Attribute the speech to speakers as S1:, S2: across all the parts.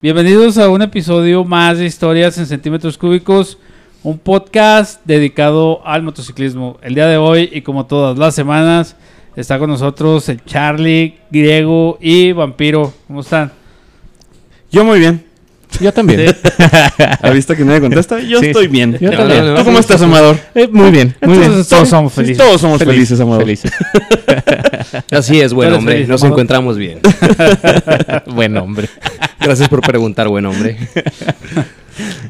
S1: Bienvenidos a un episodio más de Historias en Centímetros Cúbicos, un podcast dedicado al motociclismo. El día de hoy y como todas las semanas está con nosotros el Charlie, Griego y Vampiro. ¿Cómo están?
S2: Yo muy bien.
S3: Yo también.
S2: ¿Has visto que nadie contesta? Yo
S3: Sí,
S2: estoy
S3: sí.
S2: bien.
S3: Yo
S2: ¿Tú
S3: también.
S2: cómo estás, Amador?
S3: Eh, muy bien, muy bien.
S1: Entonces, todos somos felices.
S2: Todos somos felices, Amador.
S3: Felices.
S4: Así es, buen
S1: Eres
S4: hombre.
S1: feliz,
S4: Nos
S1: mamá.
S4: encontramos bien.
S3: Buen hombre.
S4: Gracias por preguntar, buen hombre.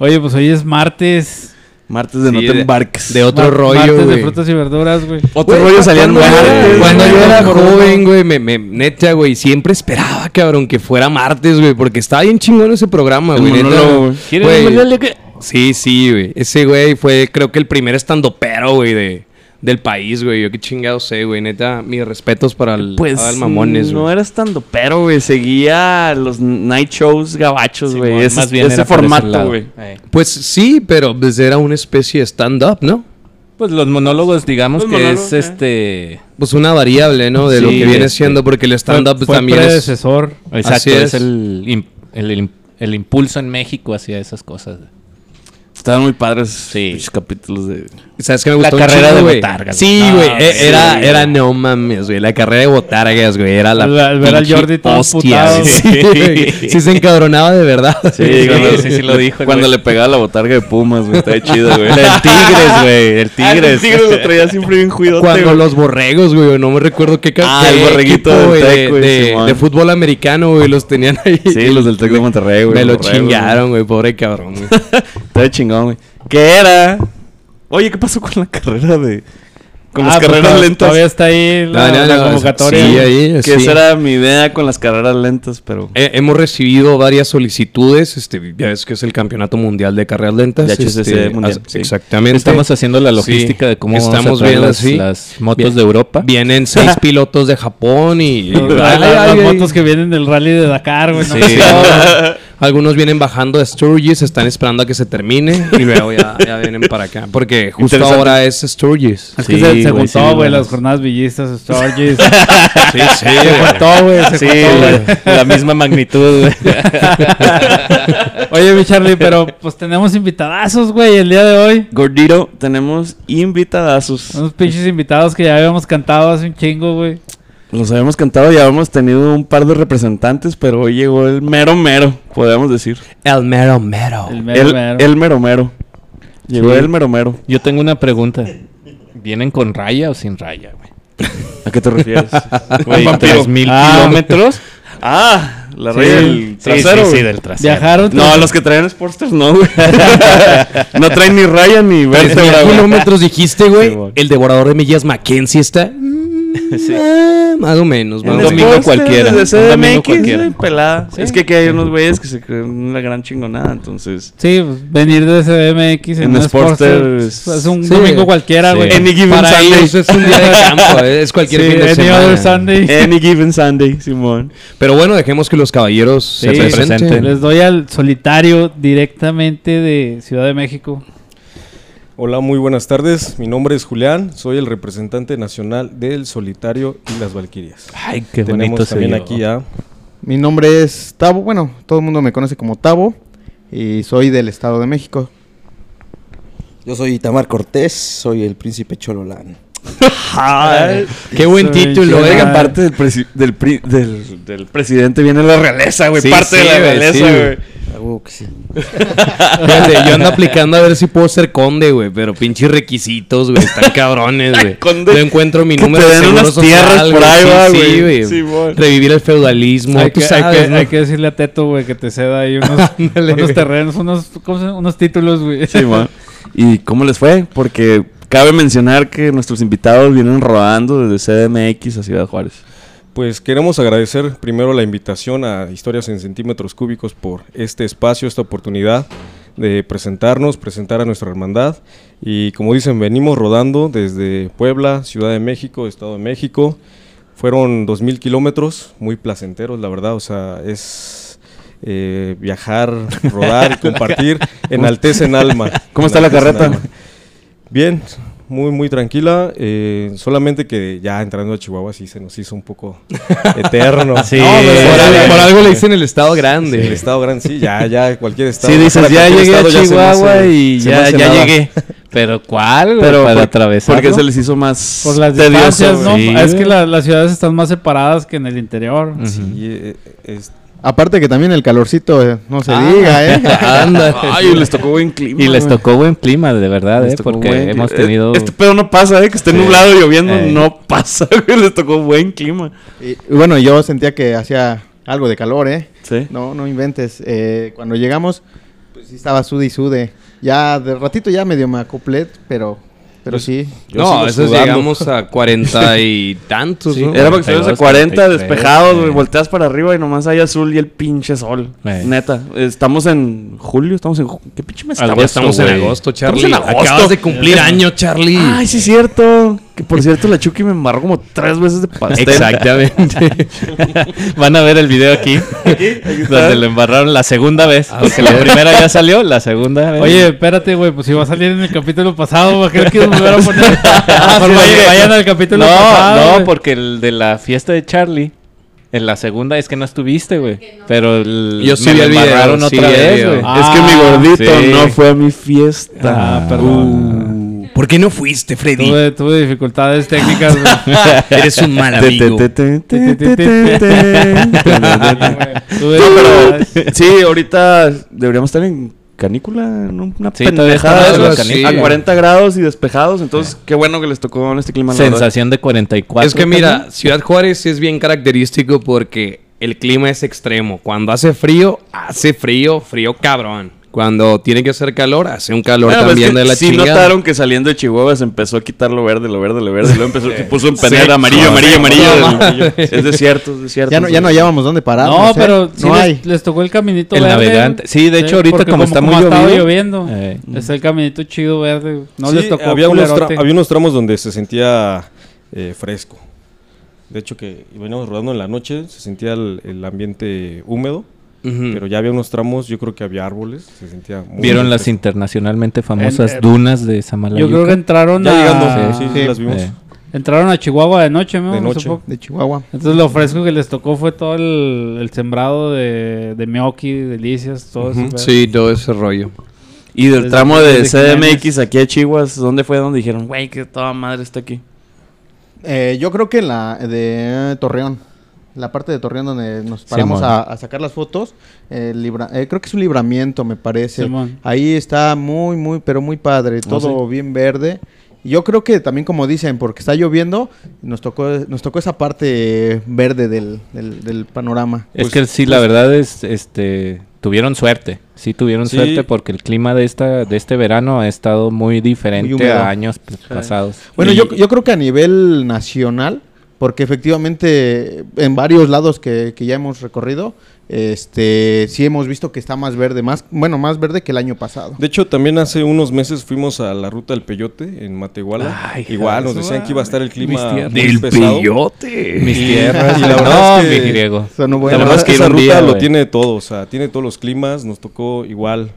S1: Oye, pues hoy es martes.
S2: Martes de
S4: Sí,
S2: no te embarques.
S4: De otro
S1: Mar-
S4: rollo,
S1: Martes de
S4: güey.
S1: frutas y verduras, güey.
S2: otro
S4: Güey,
S2: rollo salían
S4: cuando-
S2: martes.
S4: Cuando
S2: güey.
S4: yo era
S2: Por uno.
S4: joven, güey, me, me- neta, güey, siempre esperaba, cabrón, que fuera martes, güey, porque estaba bien chingón ese programa,
S2: El
S4: güey. neta.
S2: monólogo, güey.
S4: Güey,
S3: Güey.
S4: Sí, sí, güey. Ese güey fue, creo que el primer estandopero, güey, de, del país, güey. Yo qué chingado sé, güey. Neta, mis respetos para el,
S2: Pues
S4: para el mamones,
S2: no
S4: güey.
S2: era estando pero, güey. Seguía los night shows gabachos,
S3: Sí,
S2: güey.
S3: más
S2: ese
S3: bien
S2: ese
S3: era por ese
S2: formato,
S3: lado.
S2: güey.
S4: Pues sí, pero pues, era una especie de stand-up, ¿no?
S3: Pues los monólogos, digamos
S2: Los
S3: que
S2: monólogos,
S3: es este.
S4: Pues una variable, ¿no? De lo
S3: Sí,
S4: que viene
S3: este.
S4: siendo, porque el stand-up
S1: Fue- fue
S4: también es...
S1: predecesor.
S3: Exacto,
S4: Así
S3: es,
S4: es.
S3: el, im- el, im- el impulso en México hacia esas cosas.
S2: Estaban muy padres
S3: Sí.
S2: pinches capítulos de...
S4: ¿Sabes qué me
S3: La
S4: gustó?
S3: carrera de
S4: güey?
S3: botargas.
S4: Sí,
S3: Ah,
S4: güey. eh,
S3: sí,
S4: era,
S3: güey.
S4: era, no mames, güey. La carrera de botargas, güey. Era la.
S1: Al- al ver al
S4: pinche
S1: Jordi todo emputado,
S4: güey. Sí, güey. sí, se encabronaba de verdad.
S3: Sí,
S4: güey.
S3: cuando- sí, sí lo dijo el
S2: Cuando
S3: güey.
S2: le pegaba la botarga de Pumas, güey. Estaba chido, güey.
S3: Del Tigres, güey. El
S2: Ah,
S3: Tigres.
S2: El tigre lo traía siempre bien juidote,
S4: Cuando
S2: güey.
S4: los borregos, güey. No me recuerdo qué
S2: Ah,
S4: qué
S2: el borreguito
S4: equipo,
S2: del
S4: güey,
S2: Tec, güey,
S4: de,
S2: Simón.
S4: de fútbol americano, güey. Los tenían ahí.
S2: Sí, los del Tec de Monterrey, güey.
S4: Me lo
S2: los borregos, güey.
S4: chingaron, güey. Pobre cabrón, güey.
S2: Estaba chingón, güey. ¿Qué era? Oye, ¿qué pasó con la carrera de. Con las
S1: Ah, pues,
S2: carreras
S1: to-
S2: lentas?
S1: Todavía está ahí la,
S4: No, no,
S1: la
S4: no,
S1: convocatoria.
S4: Sí, ahí.
S2: Que
S4: sí.
S2: esa era mi idea con las carreras lentas, pero.
S4: Eh, hemos recibido varias solicitudes, este, ya ves que es el Campeonato Mundial de Carreras Lentas.
S2: De HCC
S4: este,
S2: mundial,
S4: as-
S2: sí.
S4: Exactamente.
S3: Estamos haciendo la logística
S4: Sí,
S3: de cómo
S4: estamos
S3: vamos a traer
S4: viendo,
S3: las,
S4: sí.
S3: las motos
S4: Bien.
S3: de Europa.
S4: Vienen seis pilotos de Japón y...
S1: Los-
S4: Ay,
S1: las-
S4: ay,
S1: las
S4: ay.
S1: motos que vienen del rally de Dakar, güey. no
S4: Sí.
S1: mames.
S4: Algunos vienen bajando de Sturgis, están esperando a que se termine y luego ya, ya vienen para acá. Porque justo
S2: Interesante.
S4: ahora es Sturgis.
S1: Es que se, se
S2: güey, sí,
S1: juntó, güey,
S2: buenas.
S1: las jornadas villistas, Sturgis.
S4: Sí, sí,
S1: se
S4: güey.
S1: juntó, güey, se juntó, güey.
S3: la misma magnitud, güey.
S1: Oye, mi Charlie, pero pues tenemos invitadazos, güey, el día de hoy.
S2: Gordito, tenemos invitadazos.
S1: Unos pinches invitados que ya habíamos cantado hace un chingo, güey.
S2: Los habíamos cantado y habíamos tenido un par de representantes, pero hoy llegó el mero mero, podemos decir.
S4: El mero mero.
S1: El mero,
S2: el,
S1: mero.
S2: el mero mero. Llegó
S3: Sí.
S2: el mero mero.
S3: Yo tengo una pregunta. ¿Vienen con raya o sin raya, güey?
S2: ¿A qué te refieres?
S3: Güey,
S2: vampiro.
S3: 3000
S1: Ah.
S3: kilómetros.
S2: ah, la
S1: Sí,
S2: raya del
S3: Sí,
S2: trasero.
S3: sí, sí,
S2: güey.
S3: del trasero.
S1: Viajaron. pues,
S2: No, los que traen Sportsters no, güey. no traen ni raya ni
S4: Tres mil
S2: vértebra, güey.
S4: kilómetros dijiste, güey.
S2: Sí, güey.
S4: el devorador de millas Mackenzie está... mm, ah, más o menos.
S2: En
S4: más o
S3: Un
S4: menos.
S3: domingo
S2: Sportsters,
S3: cualquiera,
S2: desde
S3: un domingo
S2: CDMX,
S3: cualquiera.
S2: güey, pelada. Es que aquí hay unos güeyes que se creen una gran chingonada, entonces.
S1: Sí, pues, venir de CDMX
S2: En
S1: en, un
S2: Sportster
S1: Sportster
S2: es-
S1: es, es un
S4: Sí.
S1: domingo cualquiera,
S3: Sí.
S1: güey.
S3: Any
S2: given
S4: Para
S2: Sunday.
S4: ellos es un día de campo, eh, es cualquier
S1: Sí,
S4: fin de
S1: any
S4: semana.
S1: other Sunday.
S2: Eh, Any given Sunday, Simón.
S4: Pero bueno, dejemos que los caballeros se
S1: Sí,
S4: presenten.
S1: Les doy al solitario directamente de Ciudad de México.
S5: Hola, muy buenas tardes. Mi nombre es Julián, soy el representante nacional del Solitario y las Valquirias.
S3: Ay, qué
S5: Tenemos
S3: bonito se
S5: también
S3: oyó.
S5: aquí a
S6: Mi nombre es Tavo, bueno, todo el mundo me conoce como Tavo y soy del Estado de México.
S7: Yo soy Itamar Cortés, soy el príncipe Chololán.
S4: Qué buen
S1: Sí,
S4: título,
S1: sí,
S4: eh.
S2: Oigan,
S1: Ah.
S2: parte del, presi- del, pri- del- del presidente viene la realeza, güey.
S4: Sí,
S2: parte
S4: sí,
S2: de la
S4: güey, sí,
S2: realeza,
S4: güey.
S2: güey.
S7: Ah, huevo que sí.
S4: Fíjate, yo ando aplicando a ver si puedo ser conde, güey, pero pinches requisitos, güey, están cabrones, güey.
S2: Conde.
S4: No encuentro mi
S2: Que
S4: número
S2: te
S4: de
S2: den
S4: seguro
S2: unas tierras
S4: social,
S2: por ahí, va,
S4: Sí, sí,
S2: güey.
S4: güey.
S2: Simón.
S4: Revivir el feudalismo,
S1: hay,
S4: tú
S1: que,
S4: sabes,
S1: hay que-
S4: ¿no?
S1: hay que decirle a Teto, güey, que te ceda ahí unos,
S4: Ándale,
S1: unos
S4: güey.
S1: terrenos, unos, ¿cómo se llama? unos títulos, güey.
S2: Sí, ma. ¿Y cómo les fue? Porque cabe mencionar que nuestros invitados vienen rodando desde CDMX a Ciudad Juárez.
S5: Pues queremos agradecer primero la invitación a Historias en Centímetros Cúbicos por este espacio, esta oportunidad de presentarnos, presentar a nuestra hermandad. Y como dicen, venimos rodando desde Puebla, Ciudad de México, Estado de México. Fueron 2.000 kilómetros, muy placenteros, la verdad. O sea, es eh, viajar, rodar y compartir. Enaltece en alma.
S2: ¿Cómo está la
S5: Enaltece en
S2: carreta?
S5: alma. Bien, muy, muy tranquila. eh, solamente que ya entrando a Chihuahua sí se nos hizo un poco eterno.
S3: Sí.
S5: No,
S4: eh, Por,
S5: pero-
S4: algo, por algo le dicen el estado
S5: Sí,
S4: grande.
S5: el estado grande, sí, ya, ya, cualquier estado.
S2: Sí, dices,
S5: para
S2: Pues ya
S5: cualquier
S2: llegué a
S5: estado ya se me
S2: Chihuahua
S5: hace-
S2: y
S5: se me
S2: ya,
S5: hace
S2: ya
S5: nada.
S2: llegué.
S3: Pero ¿cuál, güey?
S2: Pero
S3: Para
S2: por-
S3: atravesarlo.
S2: Porque se les hizo más
S1: Por las
S2: tedioso.
S1: distancias, ¿no? Ah,
S2: Sí,
S1: es que
S2: güey.
S1: la- las ciudades están más separadas que en el interior.
S5: Sí, eh, es-
S6: Aparte que también el calorcito, eh, no se
S3: Ah.
S6: diga, ¿eh?
S3: Anda.
S2: Ay, les tocó buen clima.
S3: Y les
S2: güey.
S3: tocó buen clima, de verdad,
S2: Les
S3: ¿eh?
S2: tocó
S3: Porque
S2: buen
S3: hemos
S2: clima.
S3: tenido...
S2: Este pedo no pasa, ¿eh? Que esté
S3: Sí. Eh.
S2: nublado y lloviendo,
S3: Ey.
S2: no pasa, güey. Les tocó buen clima.
S6: Y, y bueno, yo sentía que hacía algo de calor, ¿eh?
S2: Sí.
S6: No, no inventes. Eh, cuando llegamos, pues sí estaba sude y sude. Ya de ratito ya medio me acoplé, pero,
S1: Pues,
S6: pero sí.
S5: yo
S4: no,
S5: sigo
S4: a veces
S5: sudando.
S4: llegamos a cuarenta y tantos,
S3: Sí,
S4: ¿no?
S2: Era para que estuvieras a
S3: 42,
S2: 40,
S3: 43,
S2: despejados,
S3: eh.
S2: güey, volteas para arriba y nomás hay azul y el pinche sol.
S3: Eh.
S2: Neta, estamos en julio, estamos en... ju- ¿Qué pinche mes
S4: Algo estamos en
S3: güey.
S4: agosto,
S2: Estamos en
S4: Charlie.
S2: agosto.
S4: Acabas de cumplir año, Charlie.
S2: Ay, sí es cierto. Que por cierto, la Chucky me embarró como tres veces de pastel.
S3: Exactamente. Van a ver el video aquí, donde lo embarraron la segunda vez. Porque la primera ya salió, la segunda vez.
S1: Ah, Oye, espérate, güey, pues si va a salir en el capítulo pasado, güey, creo que me van a poner.
S3: Ah,
S1: Mejor Ah, vayan, vayan al capítulo
S3: no,
S1: pasado.
S3: no,
S1: güey.
S3: porque el de la fiesta de Charlie, en la segunda es que no estuviste, güey. Pero el,
S4: Yo sí
S3: me
S4: vi
S3: lo
S4: el video,
S3: embarraron
S4: sí
S3: otra
S4: vi el
S3: vez,
S4: video.
S3: güey.
S2: es que mi gordito
S3: sí.
S2: no fue a mi fiesta. Uh.
S1: Ah, perdón.
S4: ¿Por qué no fuiste, Freddy?
S1: Tuve, tuve dificultades técnicas, güey.
S4: Eres un mal
S2: Te, te,
S4: amigo.
S2: te, te, te, te, te, te.
S1: Tuve
S2: No, pero
S1: dificultades.
S2: sí, ahorita deberíamos estar en canícula, en una
S3: Sí, todavía
S2: pendejada
S4: estamos en
S2: güey,
S4: canícula.
S2: a 40 grados y despejados, entonces qué bueno que les tocó en este clima. la verdad.
S3: Sensación de 44.
S4: Es que mira,
S3: también.
S4: Ciudad Juárez sí es bien característico porque el clima es extremo. Cuando hace frío, hace frío, frío cabrón. Cuando tiene que hacer calor, hace un calor
S2: Bueno, pues
S4: también
S2: es que
S4: de la
S2: sí
S4: chingada.
S2: notaron que saliendo de Chihuahua se empezó a quitar lo verde, lo verde, lo verde, lo empezó, se puso en penal
S4: Sí.
S2: amarillo,
S4: No,
S2: amarillo,
S4: no,
S2: amarillo,
S4: no,
S2: amarillo. Es desierto, es desierto.
S6: Ya no, ya no hallábamos dónde parar.
S1: No, pero sí
S6: no
S1: les,
S6: hay.
S1: les tocó el caminito
S3: El
S1: verde.
S3: navegante. Sí, de hecho, ahorita
S1: porque
S3: como está muy
S1: ha estado
S3: llovido,
S1: lloviendo.
S3: eh,
S1: Está el caminito chido verde. güey. No
S5: Sí,
S1: les tocó
S5: había unos, tra-
S1: culerote.
S5: había unos tramos donde se sentía eh, fresco. De hecho, que veníamos rodando en la noche, se sentía el, el ambiente húmedo,
S4: Ujú.
S5: pero ya había unos tramos, yo creo que había árboles, se sentía muy
S3: Vieron las
S5: fresco.
S3: internacionalmente famosas
S1: En- eh,
S3: dunas de Samalayuca.
S1: Yo creo que entraron
S5: Ya
S1: a...
S5: llegando, sí, sí,
S6: sí.
S5: las vimos.
S3: Eh.
S1: entraron a Chihuahua de noche, ¿no?
S5: De
S1: No
S5: noche.
S1: supo-
S6: De Chihuahua.
S1: Entonces lo fresco que les tocó fue todo el, el sembrado de, de gnocchi, delicias, todo eso.
S5: Ujú,
S1: güey.
S4: Sí, todo ese rollo.
S2: Y del
S1: Desde
S2: tramo de
S1: Jiménez.
S2: CDMX aquí a Chihuahua, ¿dónde fue donde dijeron, güey, que toda madre está aquí?
S6: Eh, yo creo que la de eh, Torreón. La parte de Torreón donde nos paramos
S3: Simón.
S6: a, a sacar las fotos. eh, libra- eh, creo que es un libramiento, me parece.
S1: Simón.
S6: Ahí está muy, muy, pero muy padre.
S3: ¿Ah,
S6: Todo bien verde. Y Yo creo que también, como dicen, porque está lloviendo, nos tocó, nos tocó esa parte verde del, del- del panorama.
S3: Es
S5: Pues-
S3: que sí, la
S5: pues-
S3: verdad es, este, tuvieron suerte. Sí tuvieron
S5: Sí.
S3: suerte porque el clima de esta, de este verano ha estado muy diferente
S6: Muy húmedo.
S3: a años p- pasados.
S6: Bueno,
S3: Y-
S6: yo, yo creo que a nivel nacional, porque efectivamente en varios lados que, que ya hemos recorrido, este sí hemos visto que está más verde, más bueno, más verde que el año pasado.
S5: De hecho, también hace unos meses fuimos a la ruta del Peyote en Matehuala.
S3: Ay,
S5: Igual nos
S3: eso
S5: decían que iba a estar el clima
S3: tierras.
S5: muy pesado.
S4: peyote.
S3: mis
S5: y-
S3: tierras.
S5: y la
S3: no,
S5: verdad es que-
S3: mi griego.
S6: Sonó
S5: La
S6: bueno.
S5: verdad es que
S3: ir
S5: esa
S3: un
S5: ruta
S3: día,
S5: lo
S3: güey.
S5: tiene todo, o sea, tiene todos los climas, nos tocó igual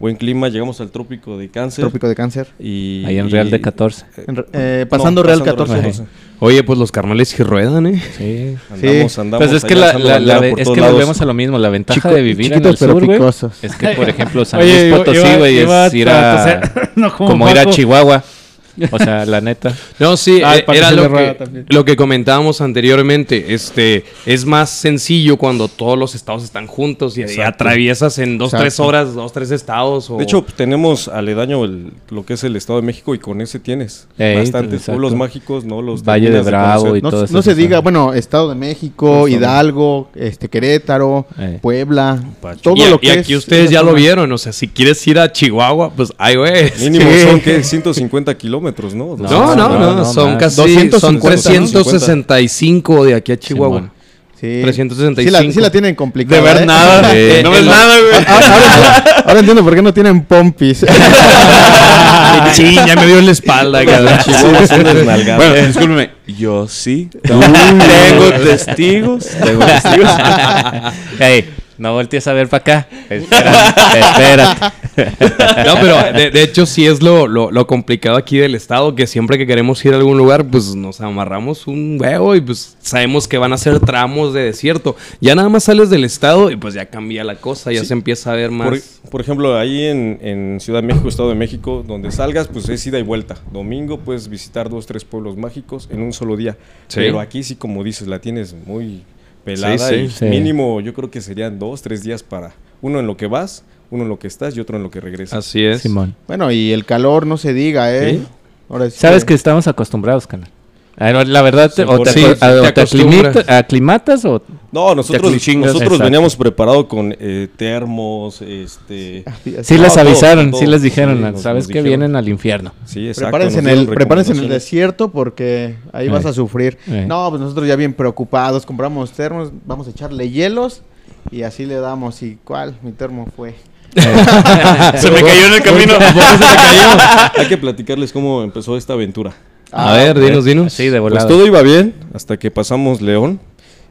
S5: buen clima, llegamos al trópico de cáncer
S6: Trópico de Cáncer.
S5: y
S3: Ahí en
S5: y-
S3: Real de 14.
S6: En re- eh, pasando Real 14.
S4: Oye, pues los carnales sí ruedan, ¿eh.
S3: Sí.
S5: Andamos,
S6: Sí.
S5: andamos
S3: Pues es que,
S5: allá
S3: la,
S5: echando
S3: la- la-
S5: bandera
S3: ve-
S5: por
S3: es
S5: todos
S3: que
S5: lados.
S3: volvemos a lo mismo. La ventaja
S6: Chico-
S3: de vivir en
S6: chiquitos,
S3: el
S6: pero
S3: sur, güey, Eh,
S6: picosos.
S3: es que, por ejemplo, San
S1: Oye,
S3: Luis
S1: iba-
S3: Potosí,
S1: iba-
S3: güey,
S1: iba
S3: es ir a...
S1: toser, no, como
S3: como ir a
S1: Paco.
S3: Chihuahua. O sea, la neta.
S4: No, sí,
S1: Ah, el
S4: eh,
S1: Paco
S4: era
S1: sí le
S4: lo
S1: rueda
S4: que,
S1: también.
S4: lo que comentábamos anteriormente. Este, es más sencillo cuando todos los estados están juntos y ahí
S5: Exacto.
S4: atraviesas en dos, tres
S6: Exacto.
S4: horas, dos, tres estados. o-
S5: De hecho, tenemos aledaño el- lo que es el Estado de México y con ese tienes
S3: Ey,
S5: bastantes
S3: exacto.
S5: pueblos mágicos, no los
S3: Valle de
S5: terminas
S3: Bravo
S5: conocer.
S3: y
S6: No,
S3: todo
S6: no se diga, bueno, Estado de México,
S5: Estado.
S6: Hidalgo, este Querétaro,
S3: Eh.
S6: Puebla,
S5: Pachuca.
S6: todo
S4: y,
S6: lo
S4: y
S6: que
S4: aquí
S6: es-
S4: ustedes
S6: esa
S4: ya lo
S6: zona.
S4: vieron. O sea, si quieres ir a Chihuahua, pues ahí, güey.
S5: Mínimo
S6: Sí.
S5: son que 150 kilómetros, ¿no?
S4: No, no, no,
S3: no,
S4: son
S3: más.
S4: casi
S5: 250,
S4: son
S5: ¿no?
S4: 365 de aquí a Chihuahua.
S3: Simón.
S6: Sí.
S4: 365.
S6: Sí la, sí la tienen
S2: De
S6: complicada.
S2: ver
S6: ¿eh?
S2: nada.
S3: Sí.
S2: No ves
S4: Eh, no.
S2: nada, güey.
S6: Ah, Ahora, ahora- ahora entiendo por qué no tienen pompis.
S4: sí, ya me dio en la espalda, cabrón.
S5: Chihuahua es una desnalgada.
S2: Bueno, discúlpeme. Yo sí. Tengo testigos. Tengo testigos.
S3: Ey, No voltees a ver para acá. Espérate, espérate.
S4: No, pero de, de hecho sí es lo, lo, lo complicado aquí del estado, que siempre que queremos ir a algún lugar, pues nos amarramos un huevo y pues sabemos que van a ser tramos de desierto. Ya nada más sales del estado y pues ya cambia la cosa, ya se empieza a ver más.
S5: Por, por ejemplo, ahí en, en Ciudad de México, Estado de México, donde salgas, pues es ida y vuelta. Domingo puedes visitar dos, tres pueblos mágicos en un solo día.
S4: Sí.
S5: Pero aquí sí, como dices, la tienes muy pelada.
S4: Sí, sí,
S5: y
S4: sí.
S5: Mínimo, yo creo que serían dos, tres días para uno en lo que vas, uno en lo que estás y otro en lo que regresas.
S4: Así es.
S3: Simón.
S6: Bueno, y el calor no se diga, ¿eh?
S5: Sí.
S6: Ahora sí
S3: Sabes que estamos acostumbrados, canal. A ver, Ah, La verdad, te- o te,
S5: Sí,
S3: aco-
S4: sí,
S3: a-
S4: te
S3: o te
S4: acostumbras.
S3: aclimita- aclimatas o
S5: No, nosotros,
S3: aclichingas.
S5: nosotros
S3: Exacto.
S5: veníamos preparados con eh, termos, este...
S6: Ah,
S3: Sí
S5: No,
S3: les
S5: todo,
S3: avisaron,
S5: todo.
S3: sí les dijeron,
S5: Sí, nos-
S3: sabes
S5: nos
S3: que
S5: dijeron.
S3: vienen al infierno.
S5: Sí, exacto.
S6: prepárense,
S5: nos
S6: en
S5: dieron
S6: el, prepárense en el
S5: recomendaciones.
S6: desierto porque ahí
S3: Ey.
S6: vas a sufrir.
S3: Ey.
S6: No, pues nosotros ya bien preocupados, compramos termos, vamos a echarle hielos y así le damos. ¿Y cuál? Mi termo fue.
S3: Se me cayó en el camino.
S5: Hay que platicarles cómo empezó esta aventura.
S4: A ver, dinos, dinos.
S3: Ah, Sí, de
S5: Pues
S3: volada.
S5: todo iba bien hasta que pasamos León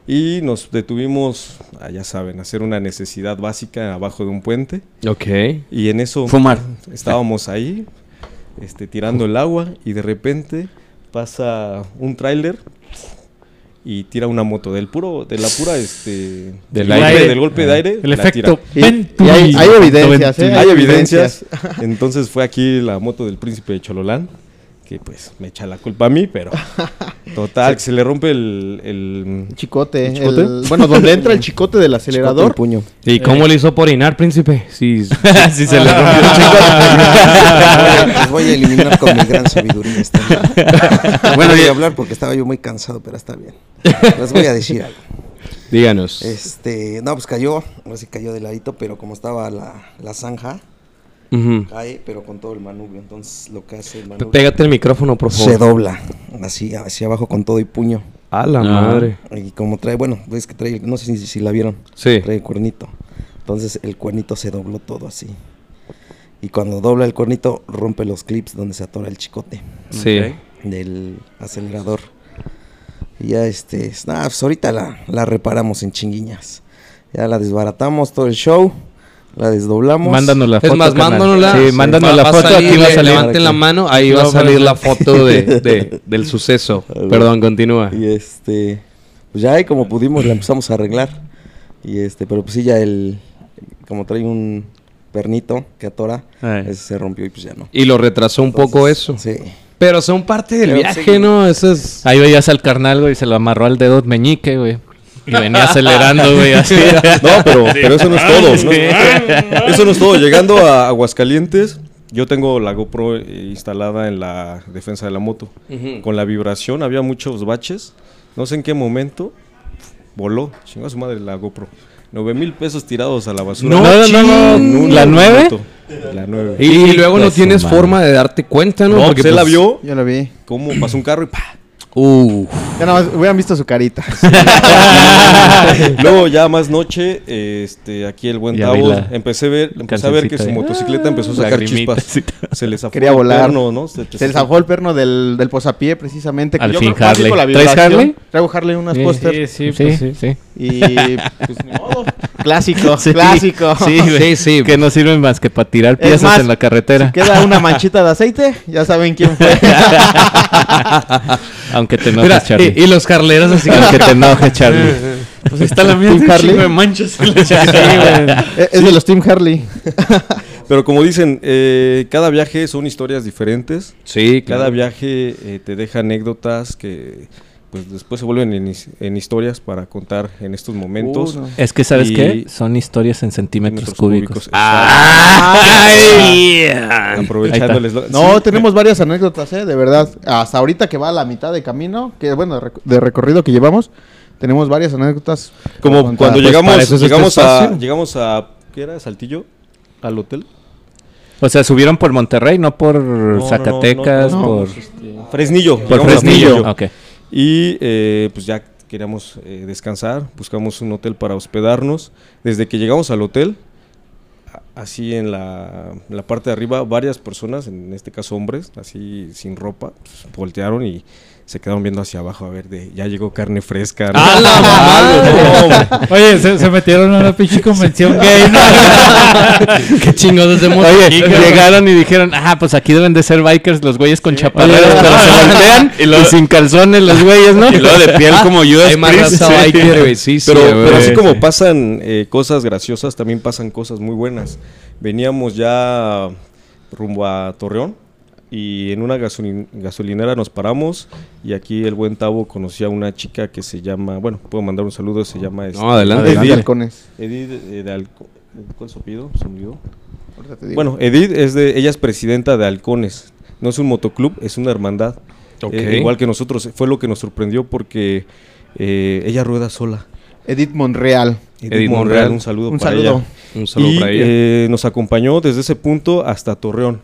S5: y nos detuvimos, ah, ya saben, a hacer una necesidad básica abajo de un puente.
S4: Ok.
S5: Y en eso
S2: Fumar.
S5: estábamos ahí, este, tirando el agua y de repente pasa un tráiler y tira una moto del puro, de la pura, este,
S3: Del
S5: golpe-
S1: aire.
S5: del golpe de aire.
S1: El
S5: la
S1: efecto.
S5: tira.
S6: Y, y hay, hay evidencias, ¿eh?
S5: Hay evidencias. Entonces fue aquí la moto del príncipe de Chololán, que pues me echa la culpa a mí, pero total, que se le rompe el, el-
S6: Chicote.
S5: ¿El chicote?
S6: el- bueno, donde entra el chicote del
S7: Chicote
S6: acelerador.
S7: el puño.
S4: ¿Y cómo le hizo por orinar, príncipe? Sí.
S3: Eh. Sí, se le rompió el
S7: Voy a-
S3: chicote.
S7: Los voy a eliminar con mi gran sabiduría. esta noche.
S2: Bueno,
S7: No voy
S2: ya-
S7: a hablar porque estaba yo muy cansado, pero está bien. Les voy a decir algo.
S4: Díganos.
S7: Este, no, pues cayó, ahora sí cayó de ladito, pero como estaba la, la zanja,
S4: Ujú.
S7: cae, pero con todo el manubrio. Entonces lo que hace el
S4: P-
S7: manubrio
S4: Pégate el micrófono, por favor.
S7: se dobla, así hacia abajo con todo y puño.
S4: A la madre.
S7: Y como trae, bueno, ves que trae, no sé si, si la vieron,
S4: Sí.
S7: trae el cuernito. Entonces el cuernito se dobló todo así. Y cuando dobla el cuernito, rompe los clips donde se atora el chicote
S4: Sí.
S7: del acelerador. Y ya este, es- nah, pues ahorita la, la reparamos en chinguiñas. Ya la desbaratamos todo el show, la desdoblamos.
S3: Mándanos la foto.
S4: es más,
S3: carnal.
S4: mándanos
S3: Sí, mándanos
S4: va-
S3: la
S4: va
S3: foto.
S4: salir,
S3: Aquí va a
S4: le-
S3: salir.
S4: Levanten la mano, ahí va a
S3: No, pero-
S4: salir la foto de, de- del suceso. Perdón, continúa.
S7: Y este, pues ya ahí como pudimos la empezamos a arreglar. Y este, pero pues sí, ya el, como trae un pernito que atora,
S2: Ay.
S7: ese se rompió y pues ya no.
S4: Y lo retrasó un poco eso.
S7: Sí.
S4: Pero son parte del
S7: Pero
S4: viaje,
S7: sí.
S4: ¿no? Eso es.
S3: Ahí veías al carnal, güey, se lo amarró al dedo meñique, güey. Y venía acelerando, güey, así.
S5: No, pero, pero eso no es
S3: Ah,
S5: todo. ¿no? Eso no es todo. Llegando a Aguascalientes, yo tengo la GoPro eh, instalada en la defensa de la moto. Con la vibración había muchos baches. No sé en qué momento voló. Chingó a su madre la GoPro. 9 mil pesos tirados a la basura.
S3: No, no, no, no.
S5: En un
S3: ¿La nueve?
S5: minuto. La 9.
S4: Y, y luego no
S3: Pues,
S4: tienes
S3: madre.
S4: forma de darte cuenta, ¿no?
S5: No, porque se la
S4: pues,
S5: vio
S6: Yo la vi.
S5: cómo pasó un carro y ¡pa!
S4: Uh.
S6: Ya nada más hubieran visto su carita.
S5: Luego ya más noche, este, aquí el buen
S3: Ya vi
S5: Tavo,
S3: la-
S5: empecé a ver, empecé a ver que
S3: calzoncito
S5: su
S3: ahí.
S5: motocicleta empezó a sacar
S3: Lagrimita.
S5: chispas. Se les zafó
S6: Quería
S5: el
S6: volar.
S5: perno, ¿no? Se,
S6: Se le zafó el perno del, del posapié precisamente. que
S3: Pues Al
S6: yo
S3: fin,
S6: creo que fácil
S3: Harley.
S6: con la
S3: ¿Traes
S6: vibración.
S3: Harley?
S6: Traigo Harley unas
S3: Sí,
S6: póster.
S1: Sí, sí,
S3: Sí,
S1: pues,
S3: sí, sí.
S6: Y pues ni modo. Clásico, clásico.
S3: Sí,
S4: Sí,
S3: güey.
S4: sí.
S3: Que no sirven más que para tirar piezas
S6: más,
S3: en la carretera.
S6: Si queda una manchita de aceite, ya saben quién fue.
S5: pues.
S3: Aunque te enojes,
S4: Mira,
S3: Charlie.
S4: y, y los carleros así.
S3: Aunque te enojes, Charlie.
S1: Pues está la mía,
S6: ¿Team
S1: un
S6: Harley?
S1: chingo de manchas. en la chaqueta.
S6: Eh, Es de los Team Harley.
S5: Pero como dicen, eh, cada viaje son historias diferentes.
S4: Sí,
S5: Cada viaje eh, te deja anécdotas que pues después se vuelven en, his- en historias para contar en estos momentos.
S6: Uh, no.
S3: Es que, ¿sabes
S5: Y-
S3: qué? Son historias en centímetros
S5: Metros
S3: cúbicos. Ah.
S5: Ay, aprovechándoles. lo-
S6: No,
S5: sí,
S6: tenemos varias anécdotas, ¿eh? De verdad. Hasta ahorita que va a la mitad de camino, que bueno, de recu- de recorrido que llevamos, tenemos varias anécdotas. pues,
S5: Como
S6: por contar.
S5: cuando
S4: para
S5: llegamos,
S4: eso es este
S5: llegamos a,
S4: espacio.
S5: llegamos a, ¿qué era? Saltillo, al hotel.
S3: O sea, subieron por Monterrey, no por
S5: no, no,
S3: Zacatecas,
S5: no, no.
S3: por,
S5: Fresnillo.
S3: por
S5: llegamos a
S3: Fresnillo. Ok.
S5: Y eh, pues ya queríamos eh, descansar, buscamos un hotel para hospedarnos. Desde que llegamos al hotel, a- así en la, en la parte de arriba, varias personas, en este caso hombres, así sin ropa, pues, voltearon y se quedaron viendo hacia abajo a ver de ya llegó carne fresca. ¿no?
S4: ¡A
S3: Ah,
S4: la madre!
S1: Oye, se, se metieron a una pinche convención gay, ¿no?
S4: ¡Qué chingados de moto!
S3: Oye,
S4: aquí, cabrón.
S3: llegaron y dijeron, ah, pues aquí deben de ser bikers los güeyes con chaparreras,
S2: Oye,
S3: pero se voltean y, sin calzones los güeyes, ¿no?
S2: Y luego de piel como Judas
S4: Hay más
S2: Priest.
S4: raza
S2: sí.
S4: biker, güey. Sí, sí,
S5: pero,
S4: güey.
S5: pero así
S2: sí.
S5: como pasan eh, cosas graciosas, también pasan cosas muy buenas. Veníamos ya rumbo a Torreón y en una gasolin- gasolinera nos paramos y aquí el buen Tavo conocía a una chica que se llama, bueno, puedo mandar un saludo, se llama este,
S4: No, adelante.
S5: Edith,
S6: Adelante, halcones.
S5: Edith, eh, de Alco- ¿cuál es su apellido? Se me olvidó.
S6: Ahorita te digo.
S5: Bueno, Edith es de, ella es presidenta de Halcones. No es un motoclub, es una hermandad.
S4: Ok.
S5: Eh, igual que nosotros, fue lo que nos sorprendió porque eh, ella rueda sola.
S6: Edith Monreal.
S5: Edith,
S4: Edith
S5: Monreal,
S4: Monreal.
S5: un saludo
S6: Un
S5: para
S6: saludo.
S5: ella.
S4: Un saludo
S5: y
S4: para ella.
S5: eh, nos acompañó desde ese punto hasta Torreón.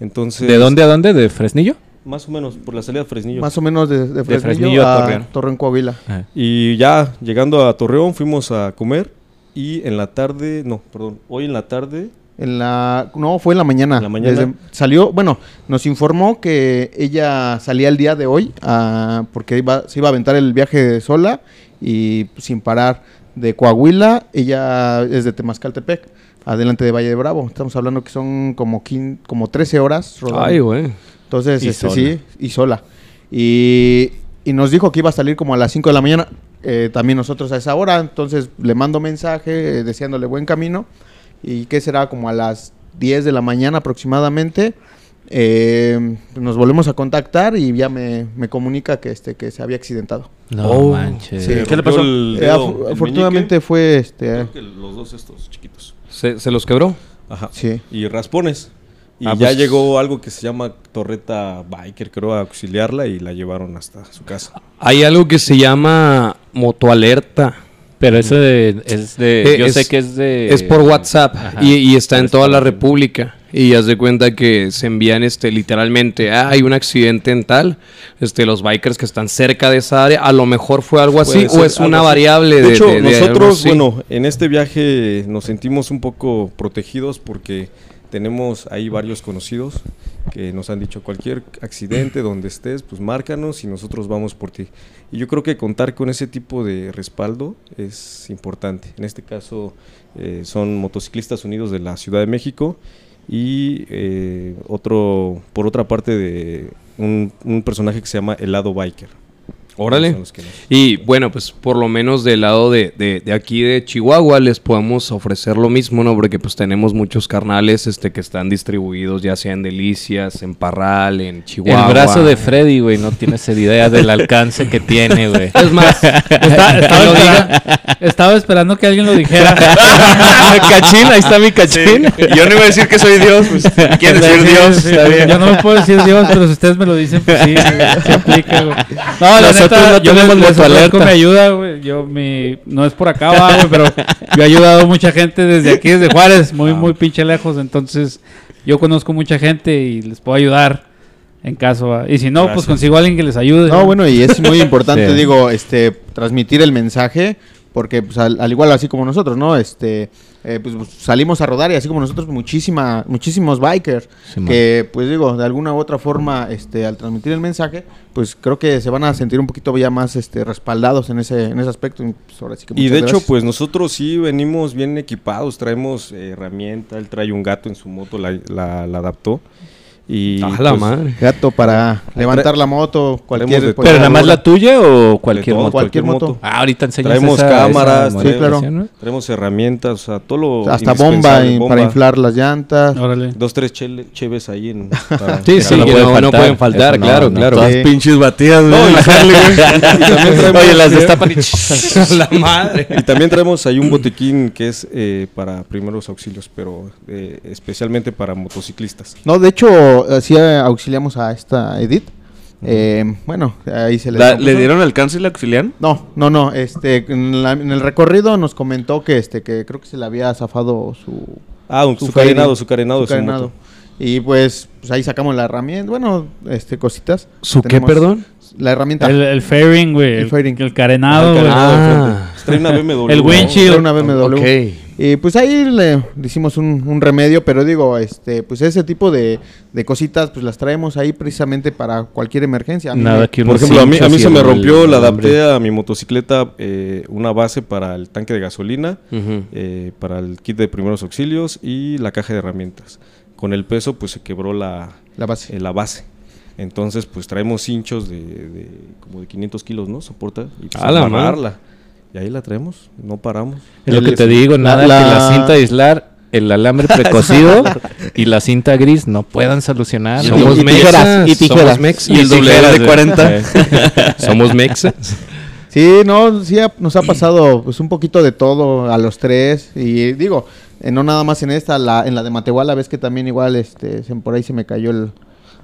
S5: Entonces,
S3: ¿De dónde a dónde? ¿De Fresnillo?
S5: Más o menos, por la salida de Fresnillo.
S6: Más o menos de, de Fresnillo,
S3: Fresnillo a
S6: a,
S3: Torreón.
S6: Torreón, Coahuila.
S5: Y ya llegando a Torreón fuimos a comer y en la tarde, no, perdón, hoy en la tarde
S6: En la, no, fue en la mañana.
S5: En la mañana.
S6: salió, bueno, nos informó que ella salía el día de hoy ah, porque iba, se iba a aventar el viaje sola y pues, sin parar de Coahuila. Ella es de Temascaltepec, adelante de Valle de Bravo. Estamos hablando que son como, quin- como 13 horas rodando.
S4: Ay, güey.
S6: Entonces,
S5: Y
S6: este,
S5: sola.
S6: sí, y sola. Y, y nos dijo que iba a salir como a las 5 de la mañana, eh, también nosotros a esa hora. Entonces, le mando mensaje eh, deseándole buen camino. Y que será como a las 10 de la mañana aproximadamente. Eh, nos volvemos a contactar y ya me, me comunica que, este, que se había accidentado.
S3: No
S4: Oh,
S3: manches.
S6: Sí.
S5: se
S6: ¿Qué
S5: rompió
S6: le pasó?
S5: el
S6: Eh,
S5: dedo, el
S6: afu-
S5: meñique.
S6: afortunadamente fue este.
S5: Creo que los dos estos chiquitos.
S4: ¿Se, se los quebró?
S5: Ajá.
S6: Sí.
S5: Y raspones. Y
S4: Ah,
S5: ya
S4: pues-
S5: llegó algo que se llama Torreta Biker, creo, a auxiliarla y la llevaron hasta su casa.
S4: Hay algo que se llama motoalerta.
S3: Pero eso de- es de...
S4: Eh,
S3: yo
S4: es-
S3: sé que es de...
S4: es por WhatsApp
S3: Ajá.
S4: y, y está en toda la República. Y haz de cuenta que se envían este literalmente, ah, hay un accidente en tal, este los bikers que están cerca de esa área, a lo mejor fue algo así
S5: Puede
S4: o
S5: ser
S4: es
S5: algo
S4: una
S5: así.
S4: variable de,
S5: De hecho,
S4: de- de algo
S5: nosotros,
S4: así.
S5: bueno, en este viaje nos sentimos un poco protegidos porque tenemos ahí varios conocidos que nos han dicho cualquier accidente donde estés, pues márcanos y nosotros vamos por ti. Y yo creo que contar con ese tipo de respaldo es importante. En este caso eh, son motociclistas unidos de la Ciudad de México y eh, otro, por otra parte, de un, un personaje que se llama Helado Biker.
S4: Órale.
S5: Son los que nos-
S4: Y bueno, pues por lo menos del lado de, de- de aquí de Chihuahua les podemos ofrecer lo mismo, ¿no? Porque pues tenemos muchos carnales este, que están distribuidos ya sea en Delicias, en Parral, en Chihuahua.
S3: El brazo de Freddy, güey, no tienes idea del alcance que tiene, güey.
S4: Es más,
S1: Está- estaba, esperando, estaba esperando que alguien lo dijera.
S3: cachín, ahí está mi cachín.
S2: Yo no iba a decir que soy Dios, pues, ¿quién decir
S1: Sí,
S2: Dios?
S1: sí,
S2: Está
S1: sí.
S2: bien.
S1: Yo no me puedo decir Dios, pero si ustedes me lo dicen, pues sí, güey, se aplica, güey. No, la
S3: Nosotros
S1: neta,
S3: no
S1: yo les-
S3: tenemos
S1: les
S3: motoalerta.
S1: ofrezco mi ayuda, güey. Yo, mi... No es por acá, va, güey, pero yo he ayudado a mucha gente desde aquí, desde Juárez, muy, muy pinche lejos. Entonces, yo conozco mucha gente y les puedo ayudar en caso, va. Y si no, pues
S5: Gracias.
S1: consigo a alguien que les ayude.
S6: No, bueno, y es muy importante,
S3: Sí.
S6: digo, este, transmitir el mensaje, porque pues, al, al igual así como nosotros, ¿no? Este, eh, pues salimos a rodar y así como nosotros muchísima, muchísimos bikers
S3: Sí, man.
S6: que, pues digo, de alguna u otra forma, este, al transmitir el mensaje, pues creo que se van a sentir un poquito ya más, este, respaldados en ese, en ese aspecto. Y, pues, ahora sí que
S5: Y
S6: muchas
S5: de hecho,
S6: gracias.
S5: pues nosotros sí venimos bien equipados, traemos eh, herramienta, él trae un gato en su moto, la, la- la adaptó. Y
S4: A Ah, la
S5: pues,
S4: madre.
S6: gato para levantar la moto,
S5: de
S6: cualquier. pues,
S5: todo.
S3: ¿Pero nada más
S6: armadura.
S3: la tuya o cualquier
S5: todo,
S3: moto?
S6: cualquier moto.
S3: Ah, ahorita enseñas
S5: Traemos
S3: esa-
S5: cámaras,
S3: esa
S6: sí, claro.
S3: modelación, ¿no?
S5: Traemos herramientas, o sea, todo lo...
S6: hasta bomba,
S5: indispensable,
S6: y-
S5: bomba,
S6: para inflar las llantas.
S1: Órale.
S5: Dos, tres chele- cheves ahí en... para-
S4: Sí, sí,
S3: no
S4: que
S3: puede
S4: no, no
S3: faltar.
S4: pueden faltar,
S3: Eso no,
S4: claro,
S3: no.
S4: claro.
S2: Todas
S6: Sí.
S2: pinches batidas, güey.
S5: No, y- también traemos-
S3: Oye, las destapan y...
S4: la madre.
S5: Y también traemos ahí un botiquín que es eh, para primeros auxilios, pero eh, especialmente para motociclistas.
S6: No, de hecho, eh, sí eh, auxiliamos a esta Edith. Eh, bueno, ahí se le...
S2: La-
S6: dio-
S2: ¿Le dieron alcance y la auxilian?
S6: No, no, no. Este, en, la- en el recorrido nos comentó que este, que creo que se le había zafado su...
S5: Ah, un- su
S6: ferry,
S5: carenado, su carenado.
S6: su
S5: de su moto.
S6: carenado. Y pues, pues ahí sacamos la herramienta, bueno, este, cositas.
S4: ¿Su qué,
S6: Tenemos
S4: perdón?
S6: La herramienta.
S1: El, el fairing, güey.
S6: El
S1: El,
S6: fairing.
S1: el carenado,
S5: El
S1: güey.
S5: carenado de
S4: Ah.
S5: frente. Trae una BMW.
S1: El
S5: ¿no?
S1: windshield.
S6: Era una BMW.
S4: Ok.
S6: Y pues ahí le, le hicimos un, un remedio, pero digo, este, pues ese tipo de, de cositas, pues las traemos ahí precisamente para cualquier emergencia. A mí me-
S3: Nada que
S5: Por
S3: unos
S5: ejemplo, a mí, a
S3: cinchos
S5: mí
S3: y
S5: se
S3: el-
S5: me rompió,
S3: el
S5: le
S3: alambre.
S5: adapté a mi motocicleta eh, una base para el tanque de gasolina, eh, para el kit de primeros auxilios y la caja de herramientas. Con el peso, pues se quebró la,
S6: La base.
S5: eh, la base. Entonces, pues traemos hinchos de, de como de 500 kilos, ¿no? Soporta. Y pues,
S4: A la madre.
S5: amarrarla. Y ahí la traemos, no paramos.
S3: Es lo
S5: El-
S3: que te digo, nada
S6: la-
S3: que la cinta aislar, el alambre precocido y la cinta gris no puedan solucionar.
S4: Y-
S3: Somos
S4: y
S3: mexa,
S4: tijeras, y tijeras.
S3: Somos mexa.
S2: Y el doble de 40.
S4: Somos mexas.
S6: Sí, no, sí ha- nos ha pasado pues un poquito de todo a los tres y digo, eh, no nada más en esta, la, en la de Matehuala ves que también igual este se- por ahí se me cayó el